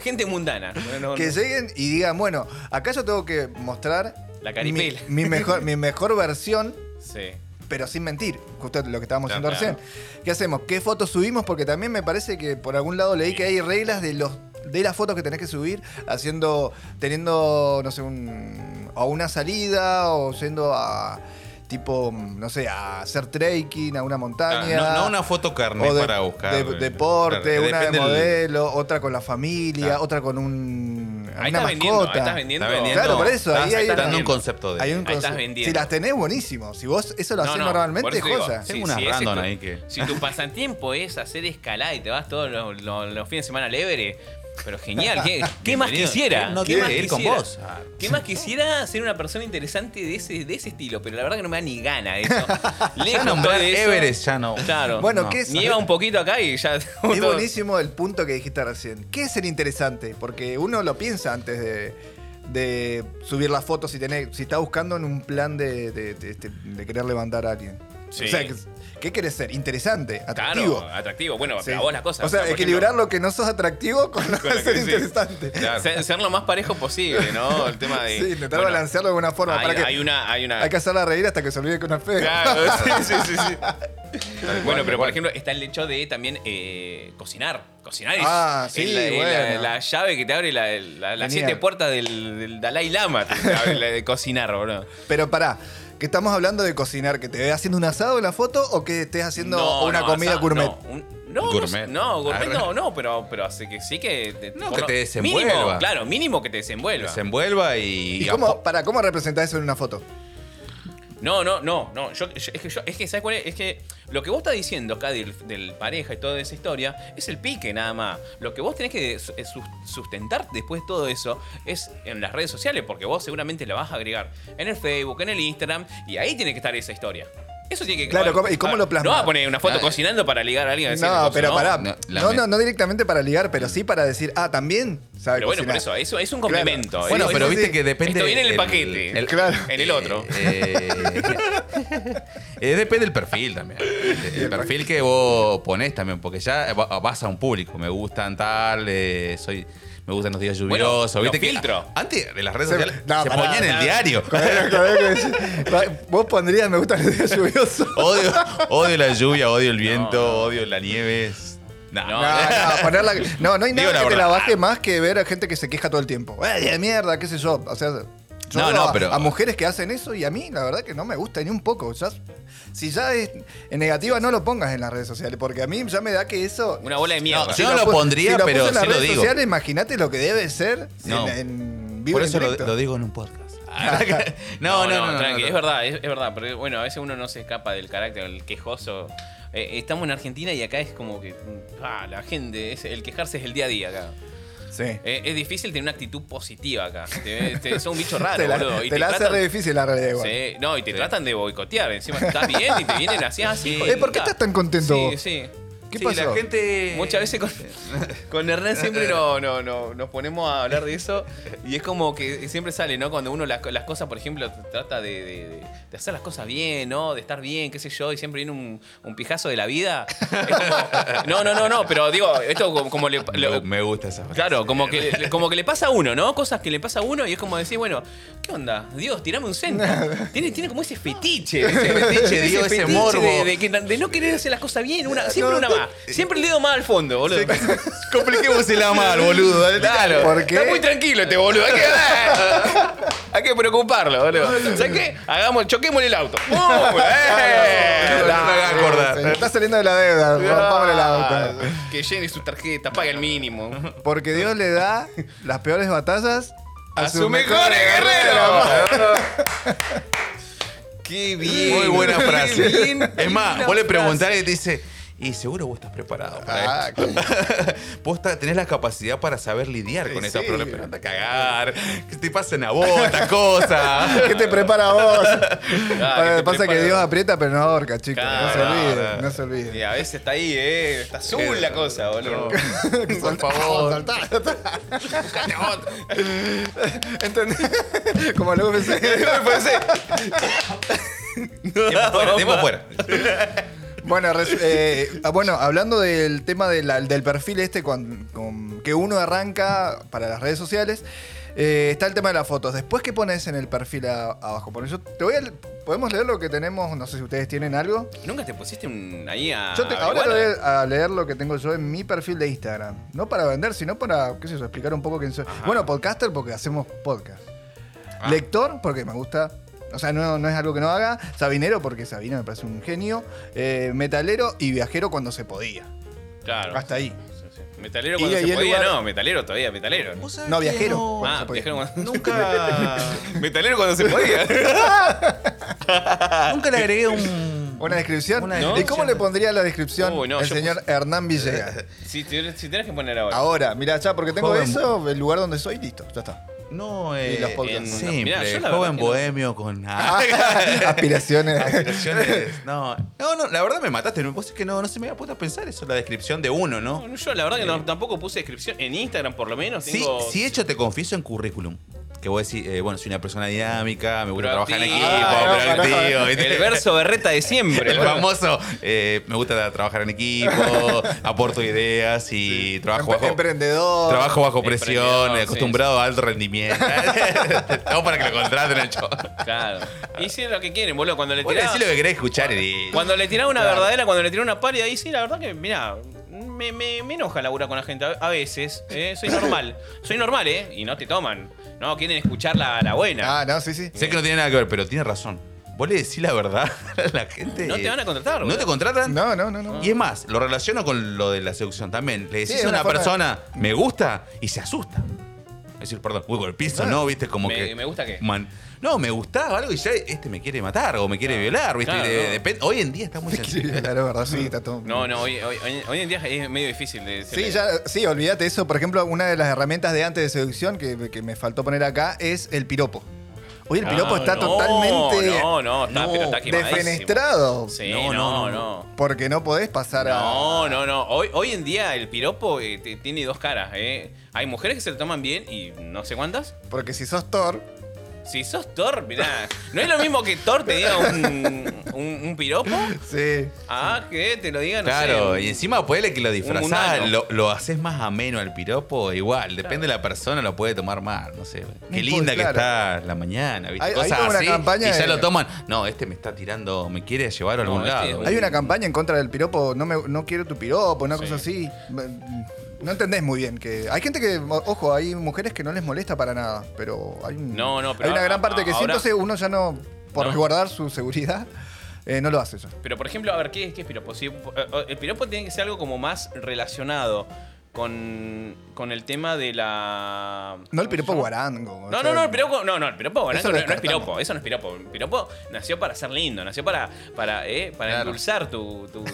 Gente mundana. Bueno, no, que no. lleguen y digan, bueno, acá yo tengo que mostrar La caripela. Mi, mi mejor, mi mejor versión, Sí. pero sin mentir, justo lo que estábamos Claro, haciendo claro. recién. ¿Qué hacemos? ¿Qué fotos subimos? Porque también me parece que por algún lado leí que hay reglas de los de las fotos que tenés que subir haciendo teniendo no sé un a una salida o yendo a tipo no sé a hacer trekking a una Ah, montaña no, no una foto carne o de- para buscar. de- eh, deporte, claro, una de depende del- modelo, otra con la familia, Claro. otra con un, Ahí una estás vendiendo, ahí mascota. estás vendiendo. Está vendiendo. Claro, por eso, ahí Estás- hay estás una- dando un concepto de. Hay un Ahí estás conse- vendiendo. Si las tenés, buenísimo. Si vos eso lo No, haces no, por normalmente, es eso digo, cosa. Sí. Tengo una ese random es tu- ahí que- Si tu pasatiempo es hacer escalada y te vas todos los, los- los fines de semana al Everest, pero genial, <laughs> ¿qué, qué más Bienvenido. quisiera? No ¿Qué quiere más ir con quisiera? vos. Ah. ¿Qué más quisiera ser una persona interesante de ese, de ese estilo? Pero la verdad que no me da ni gana de eso. <laughs> Ya Lejos nombrar de eso. Everest, ya no. Claro. Bueno, No. ¿qué es? Nieva un poquito acá y ya. Es buenísimo el punto que dijiste recién. ¿Qué es el interesante? Porque uno lo piensa antes de, de subir las fotos si tenés, si está buscando en un plan de, de- de- de- de querer levantar a alguien. Sí. O sea, que- ¿qué querés ser? Interesante, atractivo. Claro, atractivo. Bueno, Sí. para vos las cosas. O sea, por ejemplo, equilibrar lo que no sos atractivo con lo <laughs> con que lo ser que sí. interesante. Claro. Ser, ser lo más parejo posible, ¿no? El tema de. Sí, intentar bueno, balancearlo de alguna forma. Hay, para que, hay una. Hay una hay que hacerla reír hasta que se olvide que uno es feo. Claro, <laughs> sí, sí, sí, sí. Tal Bueno, pero cual, tal por cual. ejemplo está el hecho de también eh, cocinar. Cocinar es, Ah, sí, es la, es la- bueno. la llave que te abre la- la- las Genial. siete puertas del, del Dalai Lama. te <laughs> abre la de cocinar, bro. <laughs> Pero pará, que estamos hablando de cocinar, que te veas haciendo un asado en la foto o que estés haciendo No, una no, comida asado, gourmet. No, un- no, no, Gourmet. no, gourmet Arre. no, no, pero, pero hace que sí que. te- No, por que lo- te desenvuelva. Mínimo, claro, mínimo que te Que desenvuelva. se envuelva y. ¿Y cómo, para, ¿cómo representás eso en una foto? No, no, no, no. Yo, yo- es que yo, es que, ¿sabes cuál es? Es que lo que vos estás diciendo acá del, del pareja y toda esa historia es el pique nada más. Lo que vos tenés que su- eh, sus- sustentar después de todo eso es en las redes sociales, porque vos seguramente la vas a agregar en el Facebook, en el Instagram, y ahí tiene que estar esa historia. Eso tiene que Claro, ¿cómo- y a cómo ver, lo plasmás? No vas a poner una foto Ah, cocinando para ligar a alguien. a decirle No, cosas, pero pará. No, la No, me- no, no directamente para ligar, pero sí para decir, ah, también sabe Pero bueno, por cocinar. eso, eso es un Claro. complemento. Sí, Bueno, Eso- pero sí, viste sí. que depende. Esto viene en el del- paquete. Claro. En el otro. Eh, eh, <laughs> eh, depende del perfil también. El perfil que vos ponés también, porque ya va- vas a un público. Me gustan tal, eh, soy. Me gustan los días Bueno, lluviosos. los ¿viste que filtros. Antes de las redes Se- sociales no, se pará, ponían en el no. diario. Claro, claro que sí. Va, Vos pondrías me gusta el día lluvioso. <laughs> Odio, odio la lluvia, odio el viento, no. odio la nieve. es- <laughs> Nah. No. No, no, ponerla- no, no hay Digo nada la que te la verdad. "Eh, baje más que ver a gente que se queja todo el tiempo. ¡Ay, de mierda! ¿Qué sé yo? O sea, Yo No, no, a- pero- A mujeres que hacen eso y a mí, la verdad que no me gusta ni un poco. Ya- si ya es en negativa, no lo pongas en las redes sociales, porque a mí ya me da que eso. Una bola de mierda. No, yo- no lo pu- pondría, si lo pero puse en sí las lo redes digo. sociales, imagínate lo que debe ser No. en, en vivo Por y en eso lo, directo. lo digo en un podcast. Ah. <laughs> No, no, no, tranqui, es verdad, es, es verdad, pero bueno, a veces uno no se escapa del carácter, el quejoso. Eh, estamos en Argentina y acá es como que mm, ah, la gente, es- el quejarse es el día a día acá. Sí. Eh, es difícil tener una actitud positiva acá. Te, te- sos <laughs> un bicho raro, te la, boludo. Y te la hace tratan- re difícil la realidad igual. Sí, no, y te tratan de boicotear. Encima estás bien y te vienen <laughs> así, así. hijo de Eh, ¿por qué puta. estás tan contento Sí, vos? sí. ¿Qué Sí, pasó? La gente. Muchas veces con, con Hernán siempre no, no, no, nos ponemos a hablar de eso y es como que siempre sale, ¿no? Cuando uno las, co- las cosas, por ejemplo, trata de, de- de- de hacer las cosas bien, ¿no? De estar bien, qué sé yo, y siempre viene un, un pijazo de la vida. Es como- no, no, no, no, pero digo, esto como, como le... Me, lo- me gusta esa frase. Claro, como que, como que le pasa a uno, ¿no? Cosas que le pasa a uno y es como decir, bueno, ¿qué onda? Dios, tirame un centro. Tiene, tiene como ese fetiche. Ese fetiche, digo, ese fetiche morbo. De, de que- de no querer hacer las cosas bien. Una, siempre No, una no. más. Siempre el dedo más al fondo, boludo. Compliquemos el amar, boludo. dale. Claro. ¿Por qué? Está muy tranquilo este boludo. Hay que, hay que preocuparlo, boludo. ¿Sabes qué? Hagamos, choquemos el auto. ¡Pum! No, no, ¡Eh! no, no, no, no, no, acordar. Se está saliendo de la deuda, rompámosle el Ah, auto. Que llene su tarjeta, paga el mínimo. Porque Dios le da las peores batallas a sus su mejor mejores guerrero. <laughs> Qué bien. Muy buena qué frase. bien, qué es más, buena vos le frase. preguntás y te dice, y seguro vos estás preparado para Ah, esto". Vos está- tenés la capacidad para saber lidiar con Sí, estos sí. problemas. Pero anda a cagar, que te pasen a vos, <laughs> estas cosas. Ah, ¿Qué te prepara vos? Ah, te pasa que prepara. Dios aprieta pero no ahorca, chicos. no se Claro. olviden, no se olviden. Y a veces está ahí, eh. Está azul la cosa, <laughs> boludo. Por favor. Buscate otro. <laughs> ¿Entendés? Como luego pensé. Tiempo fuera, tiempo fuera. Bueno, res- eh, ah, bueno, hablando del tema de la- del perfil este con, con- que uno arranca para las redes sociales, eh, está el tema de las fotos. Después, ¿qué pones en el perfil a- abajo? Porque yo te voy a, ¿Podemos leer lo que tenemos? No sé si ustedes tienen algo. ¿Nunca te pusiste un, ahí a. eh? Yo te- a ahora te iguana? voy a leer lo que tengo yo en mi perfil de Instagram. No para vender, sino para, qué sé yo, explicar un poco quién soy. Bueno, podcaster porque hacemos podcast. Ah. Lector porque me gusta. O sea, no, no es algo que no haga. Sabinero porque Sabina me parece un genio. Eh, metalero y viajero cuando se podía. Claro. Hasta ahí. Sí, sí. Metalero Y- cuando y se el podía, lugar- no, metalero todavía, metalero. ¿Vos sabés No, que viajero. no- cuando Ah, se podía. viajero cuando- Nunca, <laughs> metalero cuando se podía. nunca le agregué un. Una descripción. Una ¿Y descripción. cómo le pondría la descripción Uy, no, el yo señor Hernán <laughs> Villegas? <laughs> si, tuvieras- si tenés que poner ahora. Ahora, mira, ya porque tengo Joven. eso, el lugar donde soy, listo, ya <laughs> está. No, eh, los podcasts. en- Simple, mirá, yo la joven verdad que no. bohemio con Ah, <laughs> Aspiraciones. aspiraciones. No, no, no, la verdad me mataste. Vos es que no, no se me había puesto a pensar eso, la descripción de uno, ¿no? No, no, yo la verdad que no- tampoco puse descripción en Instagram, por lo menos. Sí, tengo- sí, hecho te confieso en currículum. Que vos decís, eh, bueno, soy una persona dinámica, me gusta trabajar en Proactivo. equipo, Ah, no, proactivo, pará, ¿viste? El verso berreta de siempre. El boludo. famoso, eh, me gusta trabajar en equipo, <laughs> aporto ideas y trabajo bajo, Emprendedor. trabajo bajo Emprendedor, presión, sí, acostumbrado a alto rendimiento. <laughs> Estamos para que lo contraten el show. Claro. Hicieron lo que quieren, boludo. Cuando le Vos le tiraba, decís lo que querés escuchar y... cuando le tiraba una verdadera, cuando le tiraba una pálida, ahí sí, la verdad que, mira, me, me, me enoja laburar con la gente a a veces. eh, soy normal. Soy normal, ¿eh? Y no te toman. No, quieren escuchar la, la buena. Ah, no, sí, sí. Sé que no tiene nada que ver, pero tiene razón. Vos le decís la verdad a la gente. No te van a contratar, No boludo. te contratan. No, no, no, Ah. no. Y es más, lo relaciono con lo de la seducción también. Le decís Sí, es a una una forma- persona, me gusta, y se asusta. Es decir, perdón, uy, con el piso, ¿no? ¿Viste? Como Me- que. ¿me gusta qué? Man- no, me gustaba algo y ya este me quiere matar o me quiere violar, ¿viste? claro, Y de- no. depende- Hoy en día <laughs> está muy sencillo. Claro, verdad, sí, está todo. No, no, hoy, hoy, hoy- hoy en día es medio difícil de Sí, decirle. ya, sí, olvídate eso. Por ejemplo, una de las herramientas de antes de seducción que, que me faltó poner acá es el piropo. Hoy el Ah, piropo está no, totalmente No, no, está, No, pero está quemadísimo. defenestrado. Sí, no, No, no, no. no. no. Porque no podés pasar a. No, no, no. Hoy, hoy en día el piropo eh, te- tiene dos caras. eh. Hay mujeres que se lo toman bien y no sé cuántas. Porque si sos Thor, Si sos Thor, mirá, no es lo mismo que Thor te diga un, un- un piropo sí. a que te lo digan. Claro, y encima puede que lo disfrazás, mundano. lo, lo haces más ameno al piropo, igual, depende de la persona, lo puede tomar mal, no sé. Qué importa, linda que claro. está la mañana, ¿viste? Hay- hay Cosas como una así. campaña y ya de- lo toman. No, este me está tirando, me quiere llevar a No, algún este lado. es un- Hay una campaña en contra del piropo, no, me, no quiero tu piropo, una cosa así. no entendés muy bien que. Hay gente que, o- ojo, hay mujeres que no les molesta para nada, pero hay, un- No, no, pero hay una a- gran a- parte que sí, ahora- entonces uno ya no, por No. resguardar su seguridad, eh, no lo hace ya. Pero por ejemplo, a ver, ¿qué es, qué es piropo? Si, eh, el piropo tiene que ser algo como más relacionado con, con el tema de la. No el ¿cómo piropo se llama? guarango. o No, sea, no, no, el piropo, no, no, el piropo Eso lo guarango no, no es descartamos. piropo, eso no es piropo. El piropo nació para ser lindo, nació para, para, eh, para Claro. endulzar tu, <laughs> tu,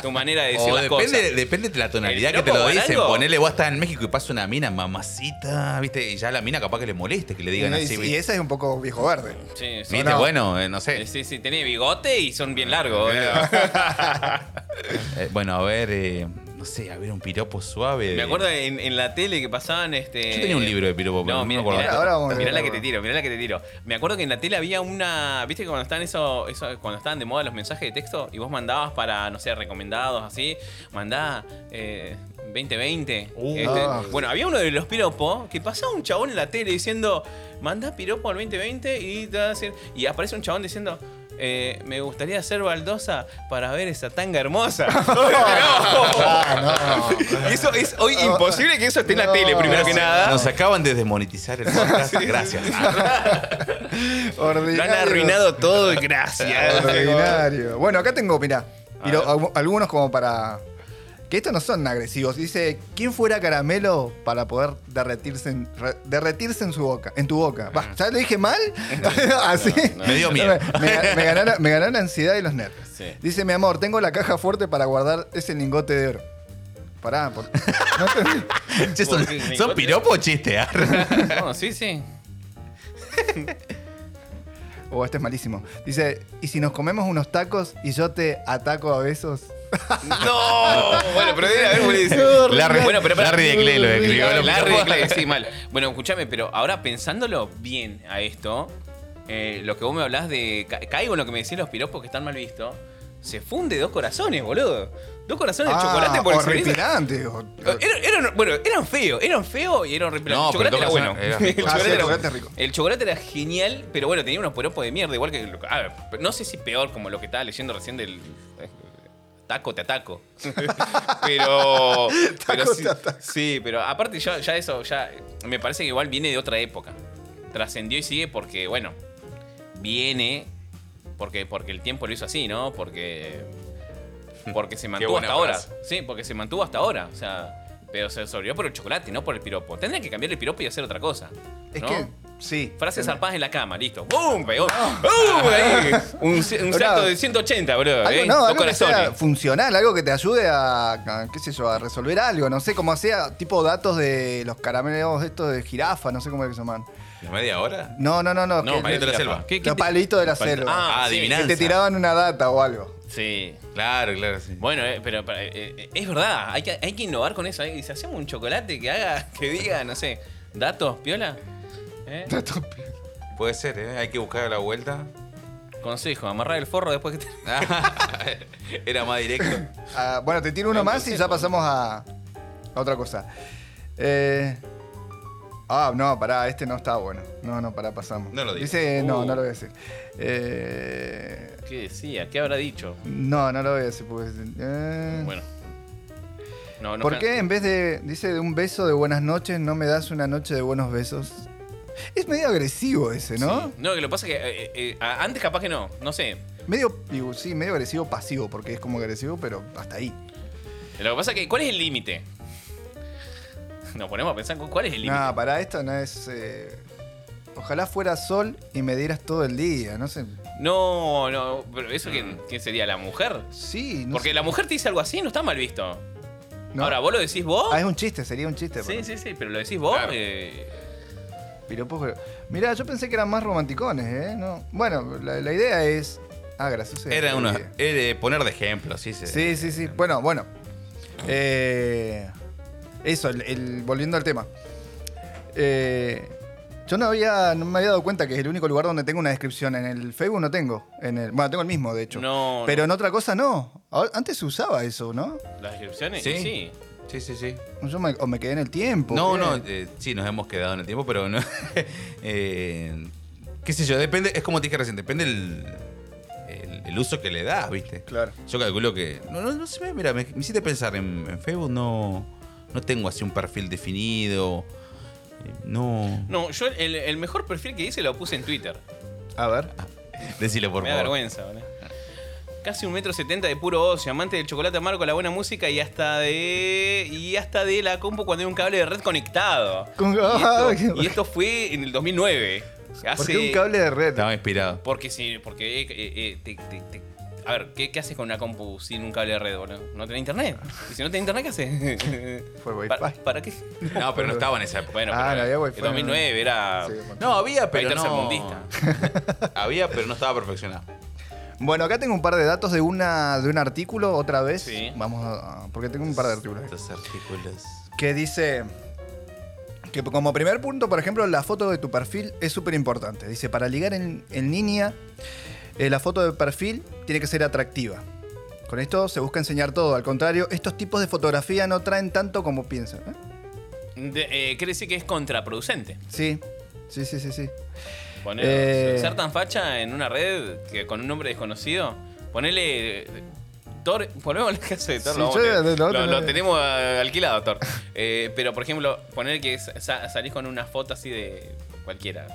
tu manera de decir O las depende, cosas. depende de la tonalidad El que te lo piropo dicen. guarango. Ponele, vos estás en México y pasa una mina, mamacita, ¿viste? Y ya a la mina capaz que le moleste que le digan y, así, y ¿viste? esa es un poco viejo verde. Sí, sí. ¿Viste? no. Bueno, <laughs> eh, no sé. Sí, sí, tiene bigote y son bien largos. boludo. Eh, bueno, a ver, eh, no sé, a ver un piropo suave. Me de- acuerdo en, en la tele que pasaban este. Yo tenía un libro de piropo, pero No, no mira, me acuerdo. mira, Ahora vamos a mirá ver, la que ahora. te tiro, mirá la que te tiro. Me acuerdo que en la tele había una. ¿Viste que cuando estaban eso, eso- cuando estaban de moda los mensajes de texto y vos mandabas para, no sé, recomendados, así, mandá eh, 2020. Uh. Este, Ah. Bueno, había uno de los piropos que pasaba un chabón en la tele diciendo, mandá piropo al 2020 y te va a decir. Y aparece un chabón diciendo. eh, me gustaría ser baldosa para ver esa <laughs> tanga hermosa. <laughs> Ah, <laughs> no. Y eso es hoy imposible que eso esté en la No. tele, primero que nada. Nos acaban de desmonetizar el podcast. Gracias. Lo han Ordinario. arruinado todo, <laughs> gracias. Ordinario. Bueno, acá tengo, mirá, piro- algu- algunos como para... Que estos no son agresivos. Dice, ¿quién fuera caramelo para poder derretirse en, re- derretirse en su boca? En tu boca. Va, Ah. ¿Ya lo dije <laughs> mal? <laughs> Así. Me dio miedo. Me, me ganó la, me ganó la ansiedad y los nervios. Sí. Dice, mi amor, tengo la caja fuerte para guardar ese lingote de oro. Pará, <laughs> por- no entendí. <laughs> Che, ¿Son, Porque me ¿son encontré- piropo o chiste? ah? No, sí, sí. Oh, este es malísimo. Dice, ¿y si nos comemos unos tacos y yo te ataco a besos? No, bueno, pero debe haber buenísimo. Larry, Bueno, pero pará. Larry de Clay lo escribió. lo Larry miró. de Clay, sí, mal. Bueno, escúchame, pero ahora pensándolo bien a esto, eh, lo que vos me hablás de. ca- Caigo en lo que me decís los piropos que están mal vistos. Se funde dos corazones, boludo. Dos corazones Ah, de chocolate por el cerebro. Ah, horripilante. o- Era- eran- bueno, eran feos, eran feos y eran re No, el chocolate pero era todos bueno. eran- era <laughs> el, rico. Ah, sí, chocolate el era, chocolate es rico. el chocolate era genial, pero bueno, tenía unos poropos de mierda, igual que. lo- a ver, no sé si peor como lo que estaba leyendo recién del. eh, Taco te ataco. <laughs> <laughs> pero. pero Taco sí, te ataco. sí, pero aparte ya, ya eso, ya. Me parece que igual viene de otra época. Trascendió y sigue porque, bueno. Viene. Porque, porque el tiempo lo hizo así, ¿no? <laughs> Porque. Porque se mantuvo buena hasta ahora. frase. Sí, porque se mantuvo hasta ahora. O sea, pero se sobrevivió por el chocolate, no por el piropo. Tendrían que cambiar el piropo y hacer otra cosa. Es ¿no? que, sí. Frases Tenés. zarpadas en la cama, listo. ¡Bum! Pegó. ¡Bum! <laughs> Ahí. Un, ce- un Bravo. salto de 180, bro. Algo, ¿eh? no, Dos algo que corazones. sea funcional, algo que te ayude a, a, qué sé yo, a resolver algo, no sé, como sea, tipo datos de los caramelos estos de jirafa, no sé cómo es que se llaman. ¿La media hora? No, no, no, no. No, que- palito de Jirafa. la selva. ¿Qué- qué los te- palitos de la Palito- selva. Ah, sí, que adivinanza. te tiraban una data o algo. Sí. Claro, claro, sí. Bueno, eh, pero, pero, eh, eh, es verdad, hay que, hay que innovar con eso. ¿eh? Y Si hacemos un chocolate que haga, <laughs> que diga, no sé, datos, piola. ¿eh? Puede ser, ¿eh? Hay que buscar a la vuelta. Consejo, amarrar el forro después que te... <laughs> <laughs> Era más directo. Ah, bueno, te tiro uno más y ya pasamos a, a otra cosa. Eh, ah, no, pará, este no está bueno. No, no, pará, pasamos. No lo digas. Dice, no, Uh. no lo voy a decir. Eh, ¿Qué decía? ¿Qué habrá dicho? no, no lo voy a decir. Porque, eh, Bueno. No, no ¿Por can- qué en vez de, dice, de un beso de buenas noches, no me das una noche de buenos besos? Es medio agresivo ese, ¿no? Sí. No, que lo que pasa es que eh, eh, a- antes capaz que no, no sé. Medio, piu- sí, medio agresivo pasivo, porque es como agresivo, pero hasta ahí. Lo que pasa es que, ¿cuál es el límite? Nos ponemos a pensar, ¿cuál es el límite? No, para esto no es. eh, Ojalá fuera sol y me dieras todo el día, no sé. No, no, pero eso quién, quién sería, la mujer. Sí, no Porque sé. la mujer te dice algo así, no está mal visto. No. Ahora, vos lo decís vos. Ah, es un chiste, sería un chiste. Sí, pero- sí, sí, pero lo decís vos. Claro. eh, Piropos, pero- Mirá, yo pensé que eran más romanticones, ¿eh? No. Bueno, la, la idea es. Ah, gracioso. Era la uno. idea. Era de poner de ejemplo, sí, sí. este, Sí, sí, sí. Bueno, bueno. Eh, eso, el, el- volviendo al tema. Eh, yo no había, no me había dado cuenta que es el único lugar donde tengo una descripción. En el Facebook no tengo. En el, bueno, tengo el mismo, de hecho. No, Pero en otra cosa no. Ahora- Antes se usaba eso, ¿no? las descripciones, Sí. sí. sí. Sí, sí, sí. Yo me- o me quedé en el tiempo. No, ¿qué? no, eh, sí, nos hemos quedado en el tiempo, pero no. <laughs> eh, qué sé yo, depende, es como te dije recién, depende el, el- el uso que le das, ¿viste? Claro. Yo calculo que. No, no, no sé, mira, me, me hiciste pensar en, en Facebook, no. no tengo así un perfil definido. Eh, No. No, yo el, el mejor perfil que hice lo puse en Twitter. A ver. Decilo por me da favor. vergüenza, boludo. Casi un metro setenta de puro ocio, amante del chocolate amargo, la buena música y hasta de. y hasta de la compu cuando hay un cable de red conectado. Con- <laughs> Y esto, Ay, qué y esto fue en el 2009. Hace, ¿Por qué un cable de red? <laughs> Estaba inspirado. Porque sí, porque. eh, eh, te- te- te- a ver, ¿qué, qué haces con una compu sin un cable de red, boludo? No tenés internet. Y si no tenés internet, ¿qué haces? Fue Pa- <laughs> Wi-Fi. ¿Para, qué? No, pero no estaba en esa época. Bueno, Ah, pero no había el wifi, 2009 era. Sí, bueno. No, había, pero País no. tercermundista. había, pero no estaba perfeccionado. Bueno, acá tengo un par de datos de una de un artículo otra vez. Sí. Vamos a porque tengo un par de artículos. Estos artículos. que dice que como primer punto, por ejemplo, la foto de tu perfil es súper importante. Dice, para ligar en, en línea, eh, la foto de perfil tiene que ser atractiva. Con esto se busca enseñar todo. Al contrario, estos tipos de fotografía no traen tanto como piensan. ¿eh? De- eh, quiere decir que es contraproducente. Sí, sí, sí, sí, sí. Poner, Eh. Ser tan facha en una red que con un nombre desconocido. Ponele. eh, Thor, ponemos el caso de Thor. Sí, lo, vamos yo a- lo- lo- lo- lo tenemos eh, alquilado, Thor. Eh, pero por ejemplo, poner que sa- sa- salís con una foto así de cualquiera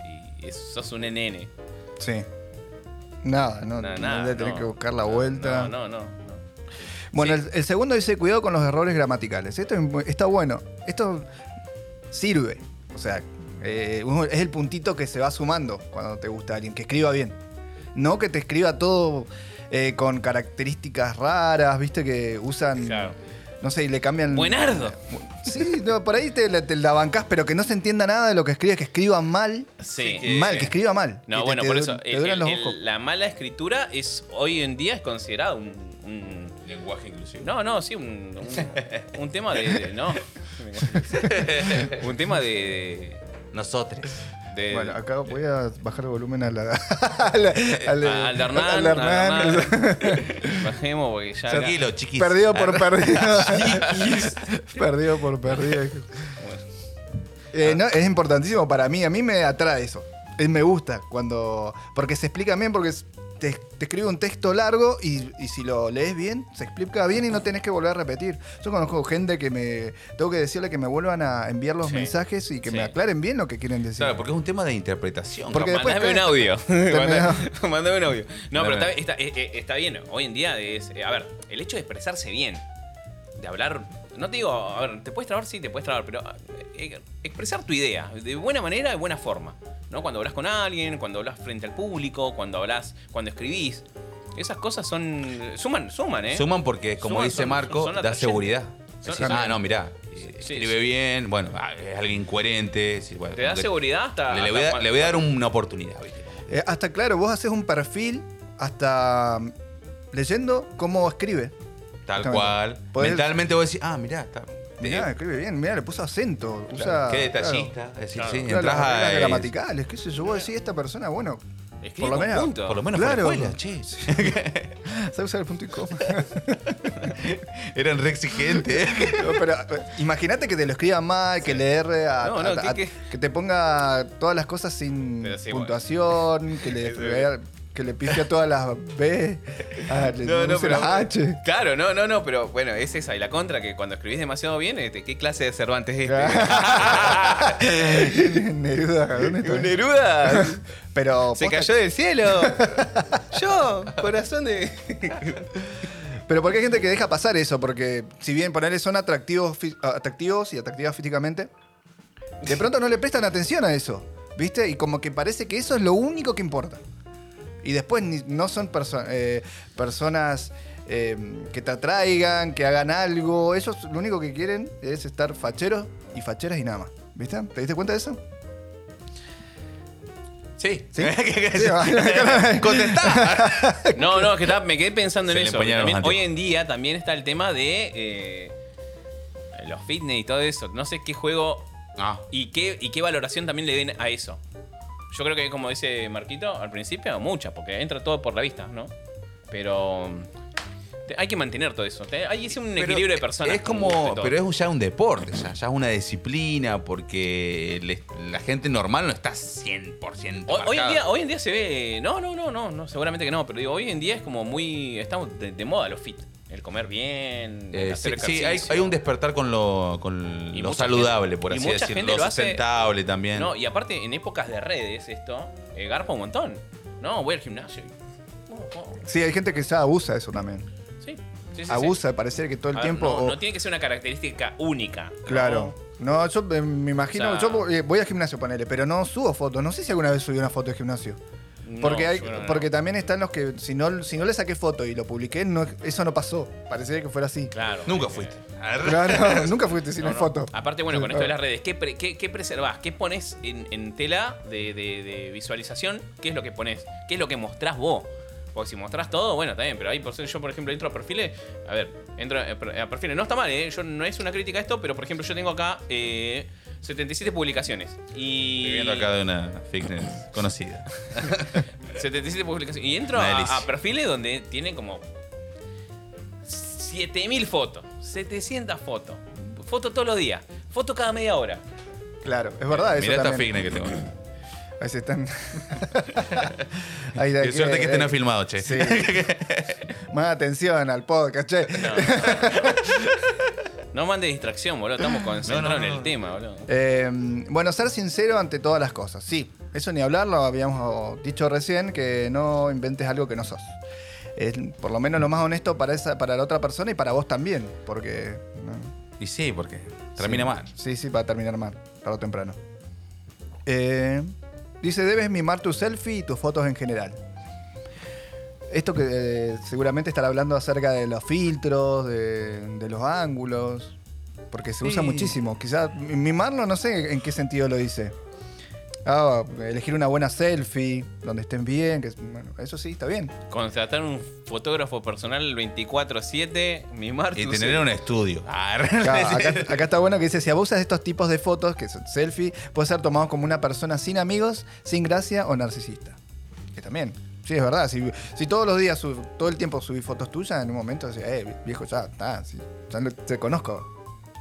y es- sos un NN. Sí. Nada, no, Na- no nada, voy a tener no. que buscar la vuelta. No, no, no. no. Bueno, Sí. el, el segundo dice cuidado con los errores gramaticales. Esto es bu- está bueno. Esto sirve. O sea, eh, uno- es el puntito que se va sumando cuando te gusta alguien, que escriba bien. No que te escriba todo eh, con características raras, viste, que usan. Claro. No sé, y le cambian. Buenardo. Mm. Sí, no, por ahí te, la- te la bancás, pero que no se entienda nada de lo que escribes, que escriba mal. Sí. que- mal, que escriba mal. No, Que te- bueno, te por du- eso. Te el- duran los el- ojos. la mala escritura es hoy en día es considerada un- un Lenguaje inclusivo. Este, No, no, sí, un, un- un tema de, <laughs> de- No. un tema de. Nosotros. de- Bueno, acá voy a bajar el volumen a la, <laughs> al, al- a- Eh, al de Hernán. al a Hernán. Hernán. Bajemos porque ya. Tranquilo, <laughs> chiquis. Perdido por perdido. <laughs> perdido por perdido. Bueno. Eh, no, es importantísimo para mí. A mí me atrae eso. Eh, me gusta cuando. Porque se explica bien, porque es- te, te escribe un texto largo y, y si lo lees bien, se explica bien y no tenés que volver a repetir. Yo conozco gente que me. Tengo que decirle que me vuelvan a enviar los Sí. mensajes y que Sí. me aclaren bien lo que quieren decir. Claro, porque es un tema de interpretación. Porque capaz. después Mandame un cae- audio. <laughs> Manda- <laughs> Mandame un audio. No, pero Mandame. está, está- eh, eh, está bien. Hoy en día es. eh, A ver, el hecho de expresarse bien, de hablar. No te digo, a ver, te puedes trabar, sí, te puedes trabar, pero eh, eh, expresar tu idea de buena manera y buena forma. ¿no? Cuando hablas con alguien, cuando hablas frente al público, cuando hablas, cuando escribís. Esas cosas son. suman, suman, ¿eh? Suman porque, como Suman, dice son- Marco, son da atrayentes. seguridad. Son- Decís, ah, no, mirá, Sí, eh, sí, escribe sí. bien, bueno, ah, es alguien coherente. sí, bueno, Te da le- seguridad hasta. Le, le voy a, hasta- le voy a dar una oportunidad, ¿viste? Eh, hasta claro, vos haces un perfil hasta mm, leyendo cómo escribe. Tal Exactamente. cual. Podés- Mentalmente vos decís, ah, mirá, está. Mirá, de- escribe bien, mirá, le puso acento. claro, Usa, qué claro. detallista. Es decir, Claro. sí, Claro, entras las reglas eh, a. gramaticales, qué sé yo, vos decís esta persona, bueno, Escribe por lo con menos- punto. Por lo menos Claro. fue a la escuela, che. sabe usar el punto y coma. <laughs> Eran re exigentes. ¿eh? No, pero eh, imagínate que te lo escriba mal, que le erre a, No, no, a- ¿qué- a- qué? que te ponga todas las cosas sin Pero sí, puntuación, que <laughs> le que le pifia todas las B, <laughs> a, le No, no, use pero- las H. <laughs> Claro, no, no, no, pero bueno, es esa. Y la contra, que cuando escribís demasiado bien, este, ¿qué clase de Cervantes es este? <laughs> <laughs> Neruda, ¿dónde está? ¡Un Neruda! Pero ¡Se posta- cayó del cielo! ¡Yo! Corazón de. Pero porque hay gente que deja pasar eso, porque si bien ponerle son atractivos, fi- atractivos y atractivas físicamente, de pronto no le prestan atención a eso, ¿viste? Y como que parece que eso es lo único que importa. Y después ni- no son perso- eh, personas eh, que te atraigan, que hagan algo. Ellos lo único que quieren es estar facheros y facheras y nada más. ¿Viste? ¿Te diste cuenta de eso? Sí. <laughs> Sí. <laughs> <laughs> Contestá. No, no, es que estaba- me quedé pensando Se en le eso. empañaron También, los hoy anteojos. en día también está el tema de. eh, los fitness y todo eso. No sé qué juego No. ¿Y qué, ¿Y qué valoración también le den a eso? Yo creo que, como dice Marquito, al principio muchas, porque entra todo por la vista, ¿no? Pero mm, te- hay que mantener todo eso. te- Hay es un Pero equilibrio de es- personas. Es que guste como, todo. pero es un- ya un deporte, ya, ya es una disciplina, porque le- la gente normal no está 100% Hoy, hoy en marcada. día, hoy en día se ve. No, no, no, no, no, seguramente que no, pero digo, hoy en día es como muy. Estamos de, de moda los fit. El comer bien, el Eh, sí, hacer sí, hay, ejercicio. hay un despertar con lo, con Y lo mucha saludable, gente- por y así mucha decirlo. gente Lo lo hace- sustentable también. No, y aparte, en épocas de redes, esto eh, garpa un montón. No, voy al gimnasio. y- Oh, oh. <laughs> Sí, hay gente que ya abusa de eso también. Sí, sí, sí, sí. Abusa, parece que todo el A ver, tiempo. no, o- no tiene que ser una característica única. ¿no? Claro. No, yo eh, me imagino, O sea- yo eh, voy al gimnasio, ponele, pero no subo fotos. No sé si alguna vez subí una foto de gimnasio. No, Porque, hay, yo creo que no. porque también están los que, si no, si no le saqué foto y lo publiqué, no, eso no pasó. Parecería que fuera así. Claro. Nunca Eh, fuiste. Claro, <laughs> nunca fuiste sin no, la no. foto. Ah, Aparte, bueno, Sí, con esto de claro. las redes, ¿qué, pre- qué, qué preservás? ¿Qué pones en, en tela de, de- de visualización? ¿Qué es lo que pones? ¿Qué es lo que mostrás vos? Porque si mostrás todo, bueno, está bien, pero ahí por ser- yo, por ejemplo, entro a perfiles. A ver, entro a a perfiles. No está mal, ¿eh? Yo, no es una crítica a esto, pero por ejemplo, yo tengo acá eh, 77 publicaciones. Y. Estoy viendo acá de una fitness conocida. <laughs> 77 publicaciones. Y entro Una a, delicia. a perfiles donde tienen como 7000 fotos, 700 fotos, fotos todos los días, fotos cada media hora. Claro, es verdad. Eso Mirá esta también. fitness que tengo. Ahí se <laughs> están. Ahí, Qué ahí, suerte ahí, que estén ahí. afilmados, <laughs> che. Sí. Más atención al podcast, che. No, no mande distracción, boludo. Estamos concentrados No, no, no, en el no. tema, boludo. Eh, bueno, ser sincero ante todas las cosas, sí. Eso ni hablar, lo habíamos dicho recién, que no inventes algo que no sos. Es por lo menos lo más honesto para, esa, para la otra persona y para vos también, porque... ¿no? Y sí, porque termina Sí. mal. Sí, sí, va a terminar mal, tarde o temprano. Eh, dice, debes mimar tu selfie y tus fotos en general. Esto que eh, seguramente estará hablando acerca de los filtros, de, de los ángulos, porque se usa Sí. muchísimo. Quizás mimarlo, no sé en qué sentido lo dice. Ah, elegir una buena selfie, donde estén bien, que bueno, eso sí, está bien. Contratar un fotógrafo personal 24-7, mimar Y tu tener un estudio. Ah, <laughs> Acá, acá- acá está bueno que dice, si abusas de estos tipos de fotos, que son selfie, puede ser tomado como una persona sin amigos, sin gracia o narcisista. Que también, sí, es verdad. Si, si todos los días, sub- todo el tiempo subís fotos tuyas, en un momento decís, eh, viejo, ya está, sí, ya lo- te conozco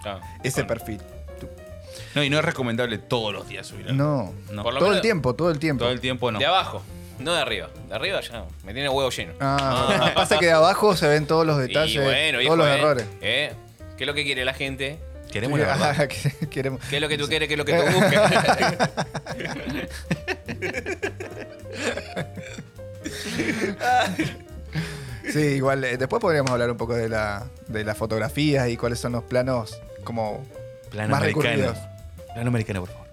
Ah, ese con- perfil. Tú- No, y no es recomendable todos los días subir. algo. No, No. Por lo todo el menos- tiempo, todo el tiempo. Todo el tiempo no. De abajo, no de arriba. De arriba ya me tiene huevo lleno. Ah, <laughs> pasa que de abajo se ven todos los detalles, y bueno, viejo, todos los eh, errores. eh, ¿Qué es lo que quiere la gente? Queremos la verdad. <laughs> que- queremos- ¿Qué es <laughs> lo que tú quieres? ¿Qué es lo que tú buscas? Sí, igual, eh, después podríamos hablar un poco de la, de las fotografías y cuáles son los planos como Plano más americano. recurridos. Plano americano, por favor.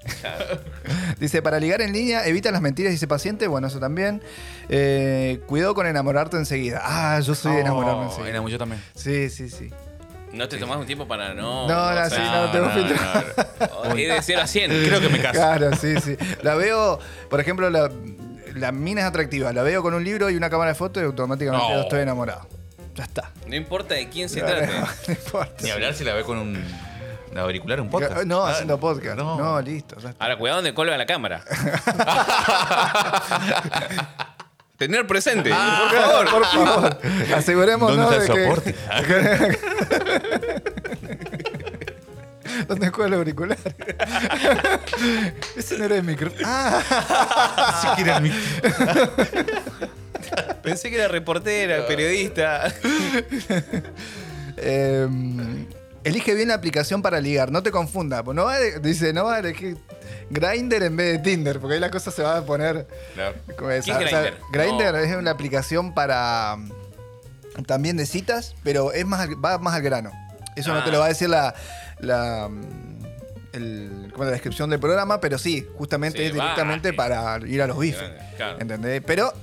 Dice, para ligar en línea, evita las mentiras, dice paciente. Bueno, eso también. Eh, cuidado con enamorarte enseguida. Ah, yo soy de enamorarme Oh, enseguida. enamo- yo también. Sí, sí, sí. No te tomás un tiempo para no. No, no, sí, no, Ah, tengo filtro. no. Es de 0 a 100. Creo que me <laughs> caso. Claro, sí, sí. La veo, por ejemplo, la, la mina es atractiva. La veo con un libro y una cámara de fotos y automáticamente No. yo estoy enamorado. Ya está. No importa de quién se No, trate. <laughs> no importa. Ni hablar si la ve con un un auricular, un podcast. No, Ah, haciendo podcast. No, no. listo. ya está. Ahora, cuidado donde colga la cámara. <laughs> Tener presente. Por favor, por <laughs> favor. Asegurémonos ¿Dónde está el de soporte? Ah, que. ¿Dónde está el auricular? Ese no era el micro. Ah, Si quiere el mic- Pensé que era reportera, periodista. Em, elige bien la aplicación para ligar, no te confunda. pues No va a- dice, no va a elegir Grindr en vez de Tinder, porque ahí la cosa se va a poner. Claro. como esa. ¿Qué es O sea, Grindr? Grindr No. es una aplicación para. mm, también de citas, pero es más, al- va más al grano. Eso no te Ah. lo va a decir la. la, mm, el- ¿cómo es? la descripción del programa, pero sí, justamente Sí, es directamente va, sí. para ir a los bifes. Claro. ¿Entendés? Pero.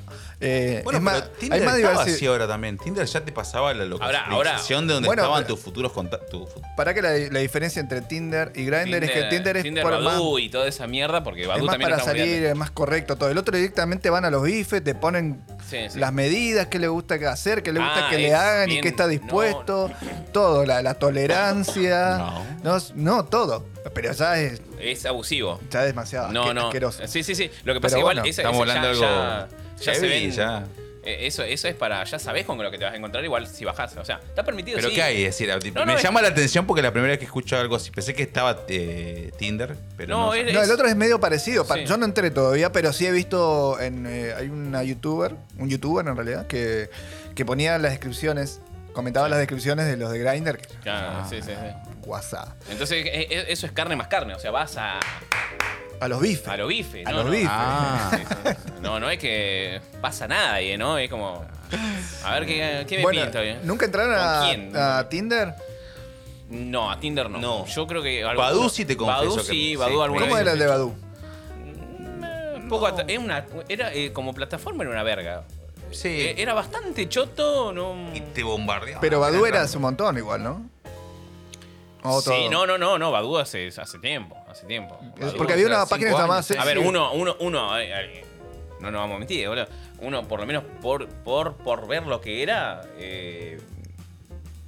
eh, Bueno, es pero más, Tinder hay más estaba diversi- así ahora también. Tinder ya te pasaba la Ahora, localización ahora. de donde Bueno, estaban pero- tus futuros contactos. Para que la, la diferencia entre Tinder y Grindr es que Tinder es por más, Badoo y toda esa mierda, porque es Badu más también para está salir, muriendo. es más correcto todo. El otro directamente van a los bifes, te ponen Sí, sí. las medidas, qué le gusta que hacer, qué le gusta Ah, que le es hagan y bien- qué está dispuesto, todo, la, la tolerancia, no. no, todo. Pero ya es, Es abusivo. ya es demasiado No, asque- no. Ah, asqueroso. Sí, sí, sí. Lo que pasa Pero es igual, bueno, esa- Estamos esa hablando de ya, algo ya, ya se heavy, ven. ya. Eh, Eso, eso es para. Ya sabés con lo que te vas a encontrar, igual si bajás. O sea, está permitido. Pero sí. ¿qué hay? Es decir, No, no, me es- llama la atención porque la primera vez que escucho algo así, pensé que estaba eh, Tinder, pero no. No, es- No, el otro es medio parecido. pa- Sí. Yo no entré todavía, pero sí he visto en eh, hay una youtuber, un youtuber en realidad, que, que ponía las descripciones comentaba las descripciones de los de Grindr. que- Claro, sí, sí, sí. Guasá. Entonces, e- e- eso es carne más carne. O sea, vas a, A los bifes. a los bifes. A ¿no? los no, bifes. Ah. No, no es que pasa nada ahí, ¿no? Es como. A ver qué, qué me Bueno, pinta. ¿eh? ¿nunca entraron ¿Con a, quién? a Tinder? No, a Tinder no. No. Yo creo que. Badu sí te confieso Badu que- sí, sí. Badu alguna ¿Cómo vez era el de lo he Badu? hecho. Un poco atra- era una, era eh, como plataforma, era una verga. Sí. Eh, Era bastante choto, no. <laughs> Y te Ah, bombardeaba. Pero Badu era hace un montón igual, ¿no? Otro- Sí, no, no, no, no, Badu hace, hace tiempo, hace tiempo. Es Badoo, Porque había o sea, una cinco página que se llamaba... años. Sexy- A ver, uno, uno, uno, ay, ay, no nos vamos a mentir, boludo. Uno, por lo menos por, por, por ver lo que era, eh,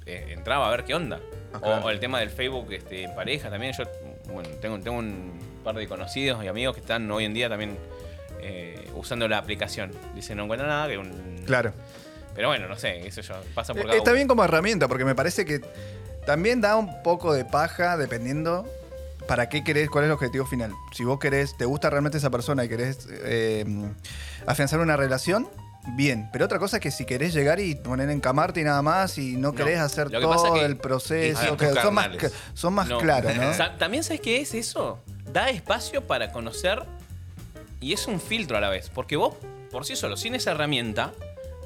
eh, entraba a ver qué onda. O- Ajá. o, el tema del Facebook este, en pareja también. Yo bueno, tengo, tengo un par de conocidos y amigos que están hoy en día también eh, usando la aplicación. Dicen, no encuentran nada, que un... Claro. Pero bueno, no sé, eso yo, pasa por Eh, cada Está uno. bien como herramienta, porque me parece que también da un poco de paja dependiendo para qué querés, cuál es el objetivo final. Si vos querés, te gusta realmente esa persona y querés eh, afianzar una relación, bien. Pero otra cosa es que si querés llegar y poner encamarte y nada más y no No. querés hacer Lo que todo pasa es que el proceso, distintos que son más, carnales. cl- son más No. claros, <laughs> ¿no? Sa- También sabes qué es eso. Da espacio para conocer y es un filtro a la vez. Porque vos, por sí solo, sin esa herramienta,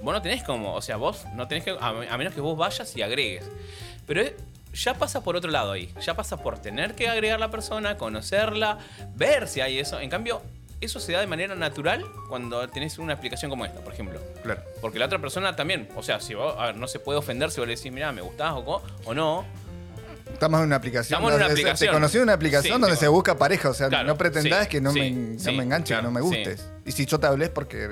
vos no tenés como. O sea, vos no tenés que. A, me- a menos que vos vayas y agregues. Pero es- ya pasa por otro lado ahí. Ya pasa por tener que agregar la persona, conocerla, ver si hay eso. En cambio, eso se da de manera natural cuando tenés una aplicación como esta, por ejemplo. Claro. Porque la otra persona también, o sea, si vos, a ver, no se puede ofender si vos le decís, mira, me gustás o, co- o no, Estamos en una aplicación. Estamos en una donde se- aplicación. Te conocí en una aplicación Sí, donde sí. se busca pareja. O sea, Claro, no pretendás sí, que no, sí, me, en- no sí, me enganches, claro, no me sí. gustes. Y si yo te hablé es porque. eh,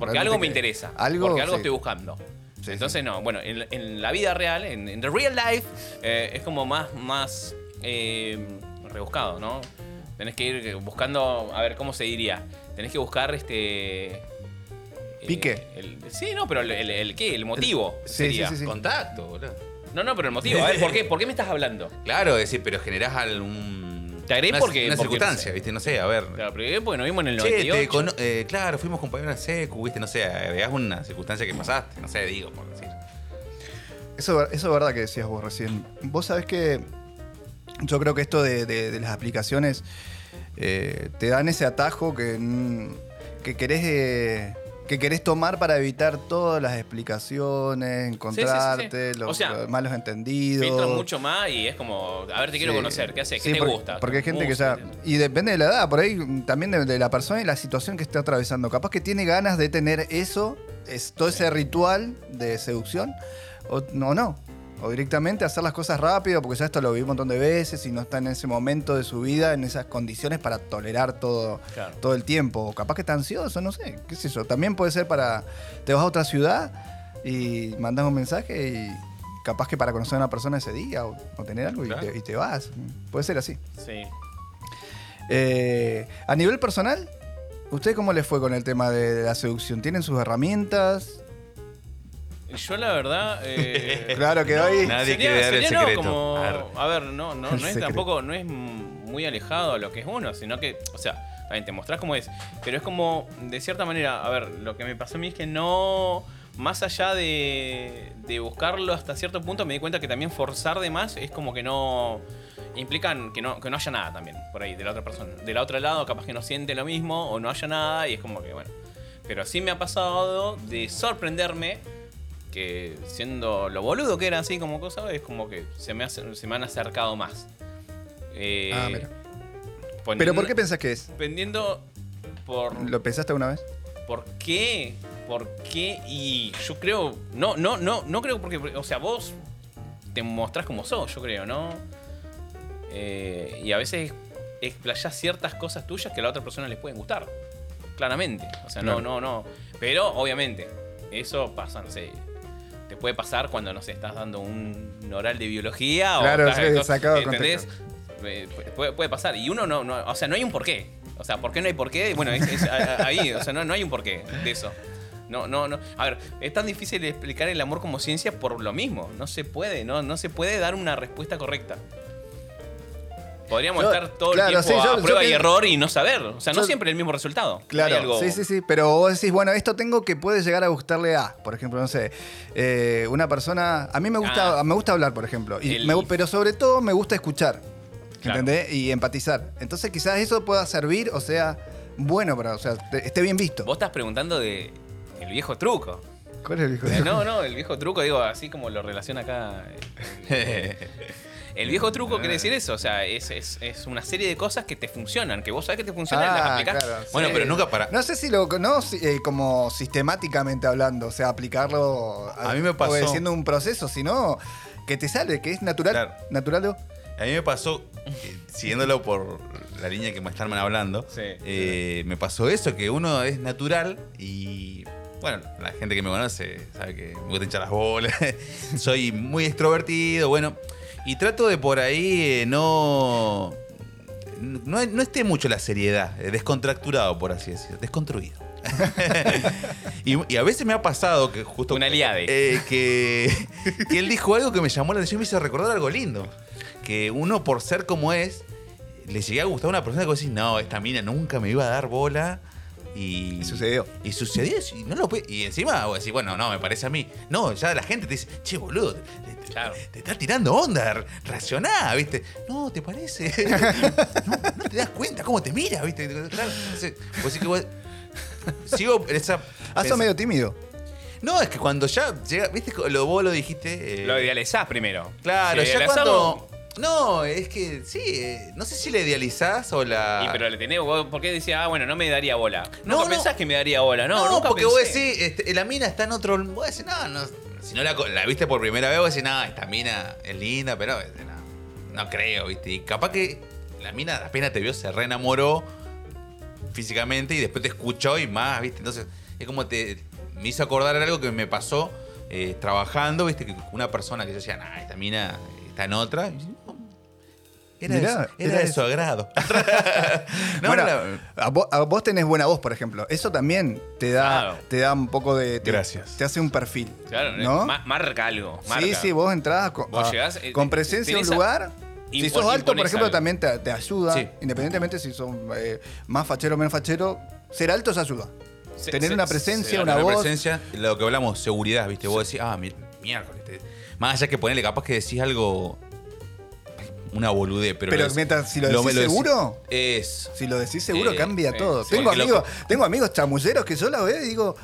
Porque realmente algo me que- interesa. porque algo sí. estoy buscando. Sí, Entonces, no, bueno, en, en la vida real, en, en the real life, eh, es como más, más eh, rebuscado, ¿no? Tenés que ir buscando, a ver, ¿cómo se diría? Tenés que buscar este. eh, Pique. el- sí, no, pero el, el- el qué, el motivo. sí, sería. sí, sí, sí. Contacto, boludo. No, no, pero el motivo. A ver, ¿por qué, ¿por qué me estás hablando? Claro, es decir, pero generás algún. Te agregué una- porque- Una porque- circunstancia, ¿viste? No sé, a ver. Claro, pero porque nos vimos en el Che, 98. te cono- eh, claro, fuimos compañeros en la secu, ¿viste? No sé, agregás una circunstancia que pasaste, no sé, digo, por decir. <laughs> Eso, eso es verdad que decías vos recién. Vos sabés que yo creo que esto de, de- de las aplicaciones eh, te dan ese atajo que, mm, que querés eh, que querés tomar para evitar todas las explicaciones, encontrarte, los, O sea, los malos entendidos. Filtras mucho más y es como, a ver, te quiero Sí. conocer, ¿qué haces? ¿Qué Sí, te porque- gusta? Porque hay gente que Música, ya. Y depende de la edad, por ahí mm, también de, de la persona y la situación que esté atravesando. Capaz que tiene ganas de tener eso, es, todo ese ritual de seducción, o no, no. O directamente hacer las cosas rápido, porque ya esto lo vi un montón de veces y no está en ese momento de su vida, en esas condiciones para tolerar todo, Claro. todo el tiempo. O capaz que está ansioso, no sé, qué sé yo. También puede ser para. Te vas a otra ciudad y mandas un mensaje y. Capaz que para conocer a una persona ese día o, o tener algo y Claro. te- y te vas. Puede ser así. Sí. Eh, a nivel personal, ¿usted cómo les fue con el tema de, de la seducción? ¿Tienen sus herramientas? Yo la verdad. eh, <laughs> Claro que hoy. Nadie sería- quiere dar el sería, no, secreto. como- Arre. a ver, no, no, El no es secreto. tampoco, no es muy alejado a lo que es uno, sino que, o sea, también te mostrás cómo es. Pero es como, de cierta manera, a ver, lo que me pasó a mí es que no. Más allá de, de buscarlo hasta cierto punto, me di cuenta que también forzar de más es como que no. implican que no, que no haya nada también por ahí de la otra persona. Del otro lado, capaz que no siente lo mismo o no haya nada y es como que, bueno. Pero sí me ha pasado de sorprenderme que siendo lo boludo que era así como cosa, es como que se me, hace- se me han acercado más. Eh, Ah, mira. pon- ¿Pero por qué pensás que es? Dependiendo por, ¿Lo pensaste alguna vez? por qué, por qué, y yo creo, no, no, no, no creo porque, o sea, vos te mostrás como sos, yo creo, ¿no? Eh, y a veces explayás ciertas cosas tuyas que a la otra persona les pueden gustar, claramente, o sea, Claro. no, no, no, pero obviamente, eso pasa, no sé. Te puede pasar cuando, no sé, estás dando un oral de biología Claro, o... estás- sí, sacado de ¿entendés? contexto. Eh, pu- puede, puede pasar. Y uno no, no- O sea, no hay un porqué. O sea, ¿por qué no hay porqué? Bueno, es- es a- a- ahí, o sea, no, no hay un porqué de eso. No, no, no. A ver, es tan difícil explicar el amor como ciencia por lo mismo. No se puede, no, no se puede dar una respuesta correcta. Podríamos Yo- estar todo claro, el tiempo sí, yo- a yo prueba y pen- error y no saber. O sea, no yo- siempre el mismo resultado. Claro, Hay algo- sí, sí, sí. Pero vos decís, bueno, esto tengo que puede llegar a gustarle a, por ejemplo, no sé, eh, una persona. A mí me gusta, Ah. me gusta hablar, por ejemplo, y El- me gu- pero sobre todo me gusta escuchar, Claro. ¿entendés? Y empatizar. Entonces quizás eso pueda servir, o sea, bueno, para, o sea, te- esté bien visto. Vos estás preguntando de el viejo truco. ¿Cuál es el hijo Eh, No, no, el viejo truco, digo, así como lo relaciona acá. eh, El viejo truco quiere decir eso, o sea, es, es- es una serie de cosas que te funcionan, que vos sabés que te funcionan y las Ah, aplicás. claro, Bueno, pero nunca para- No sé si lo no si- eh, como sistemáticamente hablando, o sea, aplicarlo A mí me pasó. obedeciendo un proceso, sino que te sale, que es natural, Claro. natural. ¿o? A mí me pasó, eh, siguiéndolo por la línea que me están hablando, Sí. eh, me pasó eso, que uno es natural y, bueno, la gente que me conoce sabe que me gusta hinchar las bolas, <laughs> soy muy extrovertido, bueno, y trato de por ahí eh, no, no, no esté mucho la seriedad, eh, descontracturado, por así decirlo, desconstruido. <laughs> y, y a veces me ha pasado que justo... Una liade. eh, que, que él dijo algo que me llamó la atención y me hizo recordar algo lindo. Que uno, por ser como es, le llegué a gustar a una persona que vos decís, no, esta mina nunca me iba a dar bola. Y, Y sucedió. Y sucedió. Y, no lo pe- y encima vos decís, bueno, no, me parece a mí. No, ya la gente te dice, che, boludo, te, te- Claro. te está tirando onda, racioná, ¿viste? No, ¿te parece? <laughs> no, no te das cuenta cómo te mira, ¿viste? Claro, entonces, vos decís que vos- Sigo en esa. Ah, sos medio tímido. No, es que cuando ya llega, viste, lo, vos lo dijiste. eh, Lo idealizás primero. Claro, Si ya idealizamos- cuando. No, es que sí, eh, no sé si la idealizás o la. Y pero le tenés, vos, ¿por qué decía, ah, bueno, no me daría bola? Ah. No, No, no. pensás que me daría bola, no, no, nunca porque pensé. vos decís, este, la mina está en otro. Vos decís, no, no. Si no la, co- la viste por primera vez, vos decís, no, esta mina es linda, pero este, no, no creo, viste. Y capaz que la mina apenas te vio, se reenamoró físicamente y después te escuchó y más, viste. Entonces, es como te. Me hizo acordar algo que me pasó eh, trabajando, viste, que una persona que yo decía, no, esta mina está en otra. y yo, "No, Era, Mirá, de su- era era de de su <laughs> agrado. No, bueno, la- a vo- a vos, tenés buena voz, por ejemplo. Eso también te da, Claro. te da un poco de. te- Gracias. Te hace un perfil. Claro, ¿no? ma- marca algo. Marca. Sí, sí, vos entrás con, Vos a- llegás, eh, con presencia a un tenés a- lugar. Si impo- sos alto, por imponés ejemplo, algo. también te, te ayuda. Sí. Independientemente si sos eh, más fachero o menos fachero, ser alto es ayuda. Se- Tener se- una se- presencia, se- una voz. presencia, lo que hablamos, seguridad, ¿viste? Vos decís, ah, mi- miércoles. te- Más allá que ponerle capaz que decís algo. Una boludez, pero. Pero decí- mientras, si lo decís seguro. Eso. Si lo decís seguro, Sí, cambia sí, todo. sí. tengo, Porque amigos, lo- tengo amigos chamulleros que yo los veo y digo.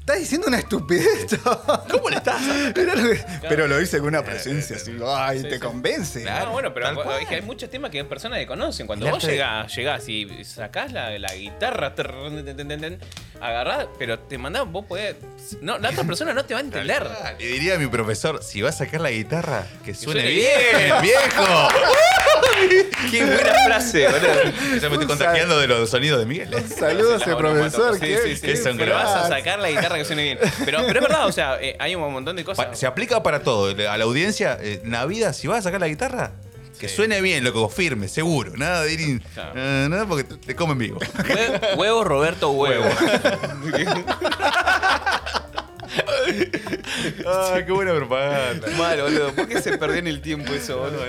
Estás diciendo una estupidez, chaval". ¿Cómo le estás? Mirá lo que- <laughs> Pero lo hice con Eh, una presencia así. Ay, te convence. Claro. No, bueno, pero Tal cual. es que hay muchos temas que personas que conocen. Cuando El vos arte de- llegás, llegás y sacás la, la guitarra, trrr, ten, ten, ten, ten, agarrás, pero te mandás, vos podés. No, la otra persona no te va a <laughs> entender. Ah, Le diría a mi profesor, si va a sacar la guitarra, que suene, suene bien, <laughs> <laughs> viejo. Qué buena frase, boludo. Ya me estoy contagiando de los sonidos de Miguel. <laughs> Saludos, Las eh, profesor. onomatopeyas. qué- Sí, sí, qué sí. son Pero vas a fras. sacar la guitarra que suene bien. Pero, pero es verdad, o sea, eh, hay un montón de Pa- cosas. Se aplica para todo. A la audiencia, eh, en la vida, si vas a sacar la guitarra, que suene bien, loco, firme, seguro. Nada de ir. in- Claro. eh, nada, porque te- te comen vivo. Hue- Huevo Roberto Huevo. <laughs> Ah, qué buena propaganda. Mal, boludo. ¿Por qué se perdió en el tiempo eso, boludo?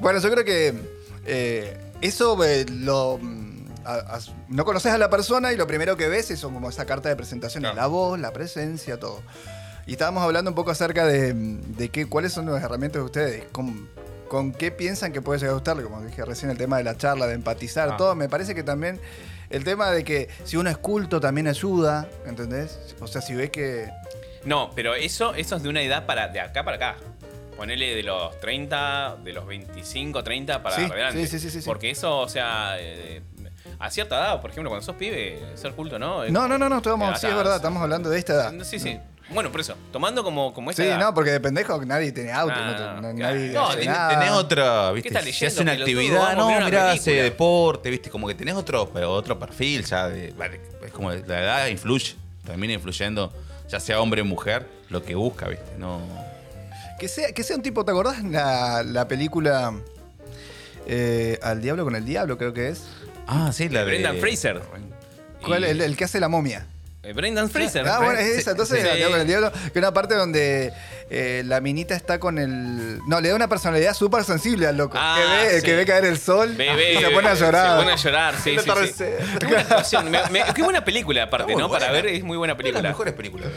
Bueno, yo creo que eh, eso eh, lo. mm, a- as- no conoces a la persona y lo primero que ves es como esa carta de presentación, Claro. la voz, la presencia, todo. Y estábamos hablando un poco acerca de, mm, de qué, cuáles son las herramientas de ustedes, con, con qué piensan que puede llegar a gustarle, como dije recién, el tema de la charla, de empatizar, Ah. todo. Me parece que también el tema de que si uno es culto también ayuda, ¿entendés? O sea, si ves que... No, pero eso, eso es de una edad para de acá para acá. Ponele de los 30, de los 25, 30 para Sí, adelante. sí, sí, sí, sí, sí. Porque eso, o sea, eh, a cierta edad, por ejemplo, cuando sos pibe, ser culto, ¿no? No, no, no, no, estamos, Ah, sí, está, es verdad, sí. estamos hablando de esta edad. Sí, sí. Bueno, por eso, tomando como, como esa Sí, edad. no, porque de pendejo nadie tiene auto, Ah, no te- no- claro. nadie No, hace tenés, nada. tenés otra, ¿viste? estás si leyendo, hace una pelotudo? actividad, Vamos a no, ver una mirá, hace película. deporte, ¿viste? Como que tenés otro, pero otro perfil ya. de- vale, es como la edad influye, termina influyendo, ya sea hombre o mujer, lo que busca, ¿viste? No. Que sea, que sea un tipo, ¿te acordás la, la película eh, Al Diablo con el Diablo, creo que es? Ah, sí, la de. Brendan Fraser. ¿Cuál? Y- El, el que hace la momia. eh, Brendan Fraser. Ah, bueno, es esa, entonces Sí. Al Diablo con el Diablo, que una parte donde eh, la minita está con el. No, le da una personalidad súper sensible al loco. Ah, que, ve, sí. que ve caer el sol Bebé, y se pone a Se llorar. pone a llorar, <laughs> sí, El sí, sí. atardecer. Qué buena actuación, me- me- qué buena película, aparte, Está muy ¿no? Para buena. ver, es muy buena Una de las película. mejores películas.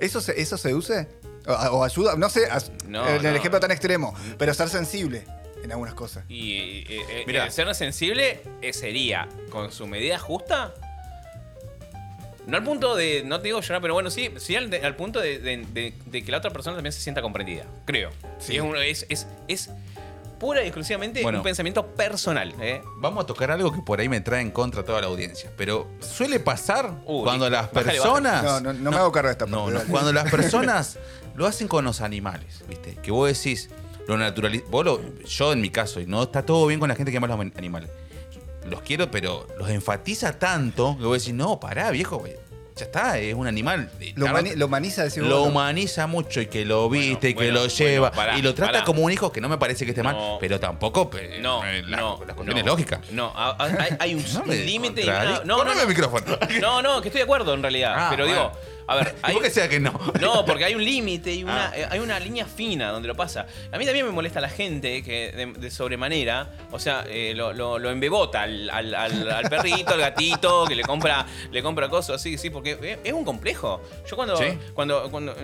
¿Eso, se, ¿Eso seduce? O, o ayuda? No sé, as- No, en el no. ejemplo tan extremo, pero ser sensible en algunas cosas. Y eh, eh, Mirá. el ser sensible eh, sería, con su medida justa, no al punto de, no te digo llorar, pero bueno, sí, sí al, de- al punto de, de- de- de que la otra persona también se sienta comprendida, creo. Sí. Y Es, un- es, es- es pura y exclusivamente Bueno. un pensamiento personal. ¿eh? Vamos a tocar algo que por ahí me trae en contra toda la audiencia. Pero suele pasar Uh, cuando Nico, las bájale, personas. No, no, no, me hago cargo de esta No, parte, no, dale. <laughs> cuando las personas lo hacen con los animales, ¿viste? Que vos decís, lo naturaliz... vos lo- yo en mi caso, y no está todo bien con la gente que ama a los man- animales. Los quiero, pero los enfatiza tanto que vos decís, no, pará, viejo, güey, ya está, es un animal. Eh, Lo, tarda- humani- lo humaniza, decimos. lo bueno, humaniza mucho y que lo viste y que bueno, lo lleva bueno, pará, y lo trata pará. como un hijo que no me parece que esté mal, No. pero tampoco eh, No, eh, la- no, las cuestiones no, lógicas. No, a- a- hay, <laughs> hay un No me límite. y contradigas. una- No, no, Poneme <laughs> no, el micrófono. no, no, que estoy de acuerdo en realidad. Ah, pero digo, bueno. a <laughs> ver, hay, ¿Cómo que sea que no? <laughs> No, porque hay un límite y una, Ah. eh, hay una línea fina donde lo pasa. A mí también me molesta la gente que de, de sobremanera, o sea, eh, lo, lo- lo embebota al, al- al- al perrito, al gatito, que le compra, le compra cosas así, sí, porque es, es un complejo. Yo cuando. Sí. cuando, cuando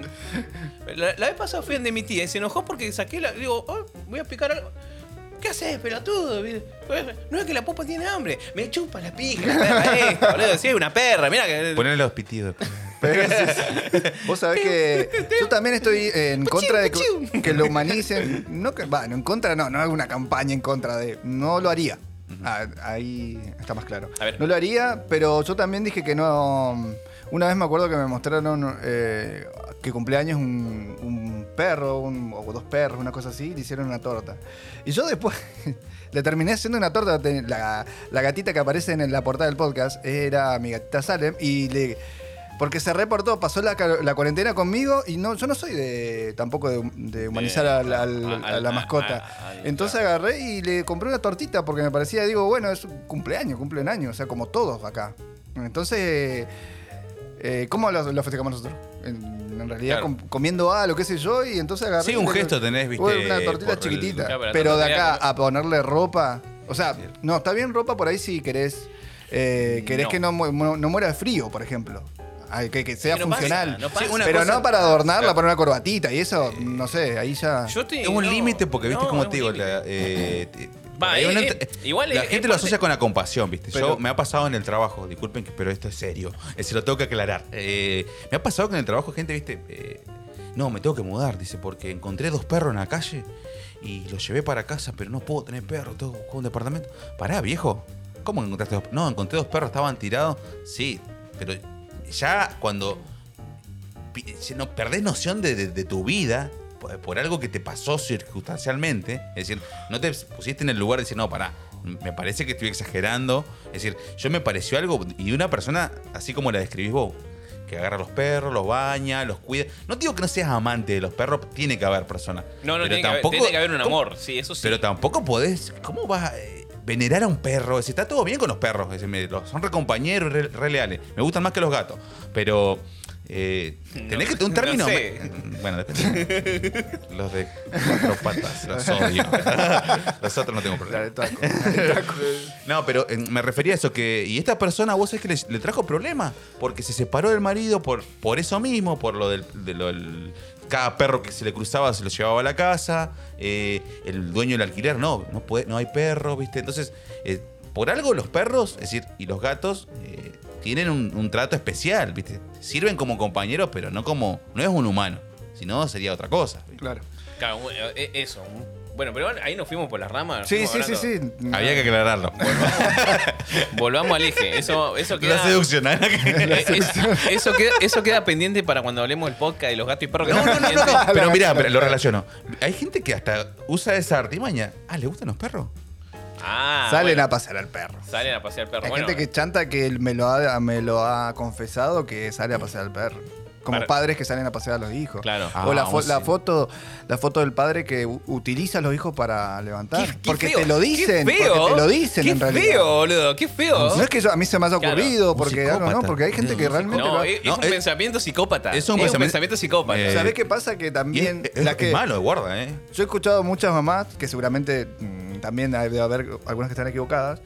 la, la vez pasada fui donde mi tía y se enojó porque saqué la. Digo, "Oh, voy a picar algo. ¿Qué haces, pelotudo? No es que la popa tiene hambre. Me chupa la pija, la perra esta, boludo. Sí, es una perra, mira que. Ponele los pitidos. Vos sabés que yo también estoy en contra de que, que lo humanicen. No, que, va, no en contra, no, no hago una campaña en contra de. No lo haría. Ah, ahí está más claro. A ver. No lo haría, pero yo también dije que no. Una vez me acuerdo que me mostraron eh, que cumpleaños un, un perro un- o dos perros, una cosa así, y le hicieron una torta. Y yo después <laughs> le terminé haciendo una torta. Te- La, la gatita que aparece en la portada del podcast era mi gatita Salem y le. Porque se reportó, pasó la, ca- la cuarentena conmigo y no, yo no soy de tampoco de, de humanizar De- al- al- al- a la al- mascota. a- al- Entonces agarré y le compré una tortita porque me parecía, digo, bueno, es un cumpleaños, cumplen años, o sea, como todos acá. Entonces, eh, ¿cómo lo, lo festejamos nosotros? En, en realidad, Claro. com- comiendo algo, qué sé yo, y entonces agarré. Sí, y un le- gesto tenés, viste, Una por tortita el- chiquitita. Claro, pero pero la de tortilla acá a ponerle ropa. O sea, no, está bien ropa por ahí si querés. eh, querés No. que no, mu- mu- no muera de frío, por ejemplo. Ay, que, que sea Que no pasa, funcional. no pasa. Sí, una pero cosa- no para adornarla, poner una corbatita y eso, no sé, ahí ya. Yo te- es un no, límite porque, viste, no, como es te un digo, límite. la, eh, te- Va, hay eh, una- eh, igual la es- gente es lo parte- asocia con la compasión, viste. Yo Pero- me ha pasado en el trabajo, disculpen, que- pero esto es serio. eh, Se lo tengo que aclarar. Eh, me ha pasado que en el trabajo gente, viste, eh, no, me tengo que mudar, dice, porque encontré dos perros en la calle y los llevé para casa, pero no puedo tener perros, tengo que buscar un departamento. Pará, viejo. ¿Cómo que encontraste dos perros? No, encontré dos perros, estaban tirados. Sí, pero ya cuando pi- si no, perdés noción de, de- de tu vida por, por algo que te pasó circunstancialmente. Es decir, no te pusiste en el lugar de decir, no, pará, me parece que estoy exagerando. Es decir, yo me pareció algo, y una persona, así como la describís vos, que agarra a los perros, los baña, los cuida. No digo que no seas amante de los perros, tiene que haber personas. No, no, Pero tiene, que haber, tampoco- tiene que haber un ¿cómo- amor, sí, eso sí. pero tampoco podés. ¿Cómo vas a eh, venerar a un perro? Es decir, está todo bien con los perros. es decir, me- los- son re compañeros, re, re leales. Me gustan más que los gatos. Pero. eh, <laughs> tenés que tener un no término. sé. me- Bueno, depende. <laughs> los de cuatro patas, los odio. los otros no tengo La de problema. taco. <laughs> No, pero eh, me refería a eso que. Y esta persona, vos sabés que le, le trajo problemas. Porque se separó del marido por, por eso mismo, por lo del. de lo del- cada perro que se le cruzaba se lo llevaba a la casa. eh, el dueño del alquiler, no, no, puede, no hay perro, ¿viste? Entonces, eh, por algo los perros, es decir, y los gatos, eh, tienen un, un trato especial, ¿viste? Sirven como compañeros, pero no como. No es un humano. Si no, sería otra cosa. ¿viste? Claro. Claro, bueno, e- eso. Bueno, pero ahí nos fuimos por las ramas. Sí, fuimos sí, sí, hablando. sí. Había que aclararlo. Volvamos al eje. Eso, eso queda. La seducción, ¿eh? Eh, es- eso, queda, eso queda pendiente para cuando hablemos del podcast de los gatos y perros. que No, no, están no, no, pendientes. no. Pero mirá, pero lo relaciono. Hay gente que hasta usa esa artimaña. Ah, ¿le gustan los perros? Ah, Salen bueno, a pasar al perro. Salen a pasear el perro. Hay Bueno, eh. gente que chanta que me lo, ha, me lo ha confesado que sale a pasear al perro. Como Claro. padres que salen a pasear a los hijos. Claro. o la, Ah, fo- la sí. foto, la foto del padre que u- utiliza a los hijos para levantar. Qué- qué porque feo, te lo qué dicen. feo, porque te lo dicen qué en realidad. feo, boludo, qué feo. No es que yo- a mí se me haya Claro. ocurrido, Un porque algo, no, psicópata. porque hay gente que No, realmente. No, lo- eh, es, es No, un es- pensamiento psicópata. es un pensamiento- psicópata. Eh, ¿Sabés qué pasa? Que Y es, también. es- la es que, malo, guarda, ¿eh? Yo he escuchado muchas mamás, que seguramente mm, también hay- debe haber algunas que están equivocadas,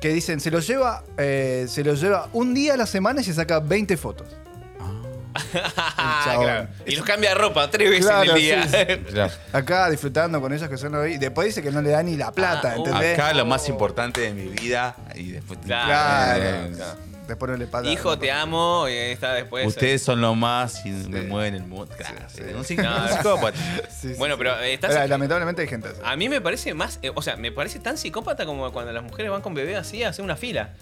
que dicen, se lo lleva, eh, se lo lleva un día a la semana y se saca 20 fotos. Ah, chabón. claro. Y los cambia de ropa tres veces en Claro, el día. sí, <laughs> Acá disfrutando con ellas que son hoy. Después dice que no le da ni la plata, Ah, uh, ¿entendés? Acá lo más importante de mi vida. Y después, Claro. Claro. Claro. Después no le paga. Hijo, te amo. Y está después. eh. Ustedes son lo más y me mueven el mundo. Claro, sí. un psic- No, un sí. psicópata. Sí, sí, Bueno, sí. pero eh, estás. Ahora, lamentablemente hay gente así. A mí me parece más, eh, o sea, me parece tan psicópata como cuando las mujeres van con bebé así a hacer una <laughs> fila.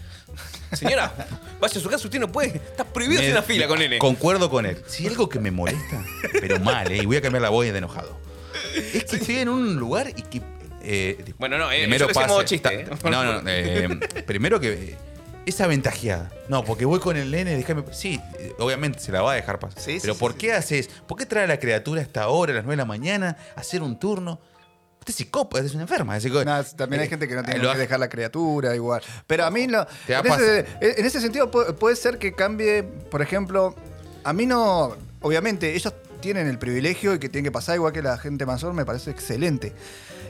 Señora, vaya a su casa, usted no puede, está prohibido hacer Me- una fila con él. Concuerdo con él. Si algo que me molesta, pero mal, ¿eh? Y voy a cambiar la voz de enojado. Es que estoy en un lugar y que. eh, Bueno, no, eh, primero eso lo hacemos pase- chiste, ta- ¿eh? No, no, eh, primero que. eh, esa ventajeada. No, porque voy con el nene, déjame. Sí, eh, obviamente se la va a dejar pasar. Sí, sí, pero sí, ¿por sí. qué haces? ¿Por qué trae a la criatura hasta ahora, a las 9 de la mañana, a hacer un turno? Usted es psicópata, es una enferma. es psicó- Nah, también hay Eh, gente que no tiene lo- que dejar la criatura igual. Pero a mí no. Te da En ese, en ese sentido pu- puede ser que cambie, por ejemplo, a mí no. Obviamente, ellos tienen el privilegio y que tienen que pasar igual que la gente mayor, me parece excelente.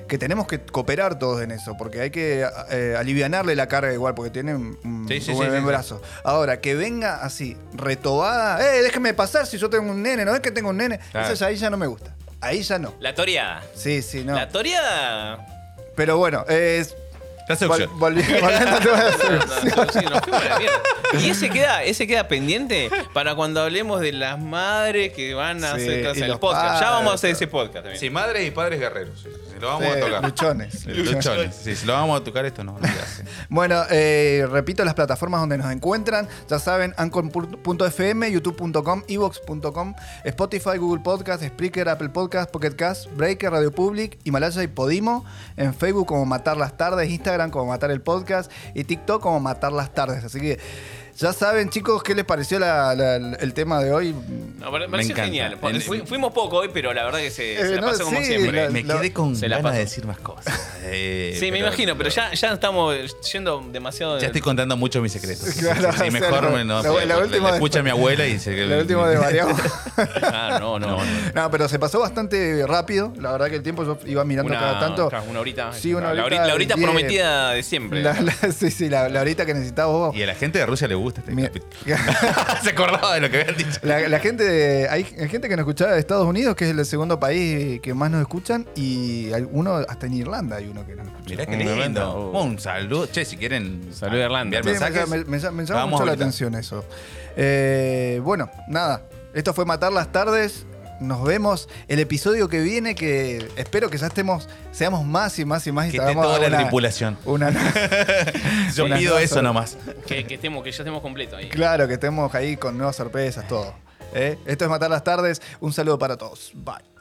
Que tenemos que cooperar todos en eso, porque hay que eh, alivianarle la carga igual, porque tienen un Sí, sí, buen sí, sí, sí. brazo. Ahora, que venga así, retobada, eh, déjame pasar si yo tengo un nene, no es que tengo un nene. Claro. Eso ya- ahí ya no me gusta. Ahí ya no. La toreada. Sí, sí, no. La toreada. Pero bueno, es. La Vol- seducción. volvi- <laughs> volviendo al tema de la No, seducción. no, sí, nos fuimos a la mierda. Y ese queda, ese queda pendiente para cuando hablemos de las madres que van a Sí, hacer cosas y en el los podcast. ya padres, vamos a hacer ese podcast también. Sí, madres y padres guerreros. sí, sí, Lo vamos a Sí, tocar. luchones. Luchones. Eh, Sí, si lo vamos a tocar, esto no, no se hace. <laughs> Bueno, eh, repito las plataformas donde nos encuentran. Ya saben, anchor.fm, youtube.com, evox.com, Spotify, Google Podcast, Spreaker, Apple Podcast, Pocket Cast, Breaker, Radio Public, Himalaya y Podimo. En Facebook como Matar las Tardes, Instagram como Matar el Podcast y TikTok como Matar las Tardes. Así que ya saben, chicos, qué les pareció la- la- el tema de hoy. No, pare- pareció encanta. genial. En- Fui- fuimos poco hoy, pero la verdad que se, se Eh, la no, pasó como sí, siempre. la- Me Lo- quedé con Se la ganas de paso. decir más cosas. <laughs> Eh, Sí, me imagino, pero ya, ya estamos yendo demasiado. Ya estoy contando mucho mis secretos. Sí, <laughs> sí, Claro, sí, o sea, sí, mejor la- me- no. la- la le- le- última le de- escucha a mi abuela y se. <laughs> La última <laughs> de variamos. Ah, <laughs> no, no. No, no. No, pero se pasó bastante rápido. La verdad que el tiempo yo iba mirando cada tanto. claro, una horita. Sí, una La horita hori- La horita diez. prometida de siempre. La, la- sí, sí, la, la horita que necesitabas vos. Y a la gente de Rusia le gusta este Mi- capítulo. <laughs> se acordaba de lo que habían dicho. La, la gente de- hay, hay gente que nos escuchaba de Estados Unidos, que es el segundo país que más nos escuchan, y hay uno, hasta en Irlanda hay uno que no. Mirá qué Un lindo. momento. Un saludo. Che, si quieren. Saludo de Irlanda. enviar Sí, me, mensajes, llama- me llama- me llama vamos mucho la ahorita. atención eso. Eh, bueno, nada. Esto fue Matar las Tardes. Nos vemos el episodio que viene, que espero que ya estemos, seamos más y más y más y Que esté tengamos toda la una- <laughs> tripulación. una- Yo Una pido cosa. eso nomás. Que, que estemos, que ya estemos completos ahí. claro, que estemos ahí con nuevas sorpresas, todo. ¿eh? Esto es Matar las Tardes. Un saludo para todos. Bye.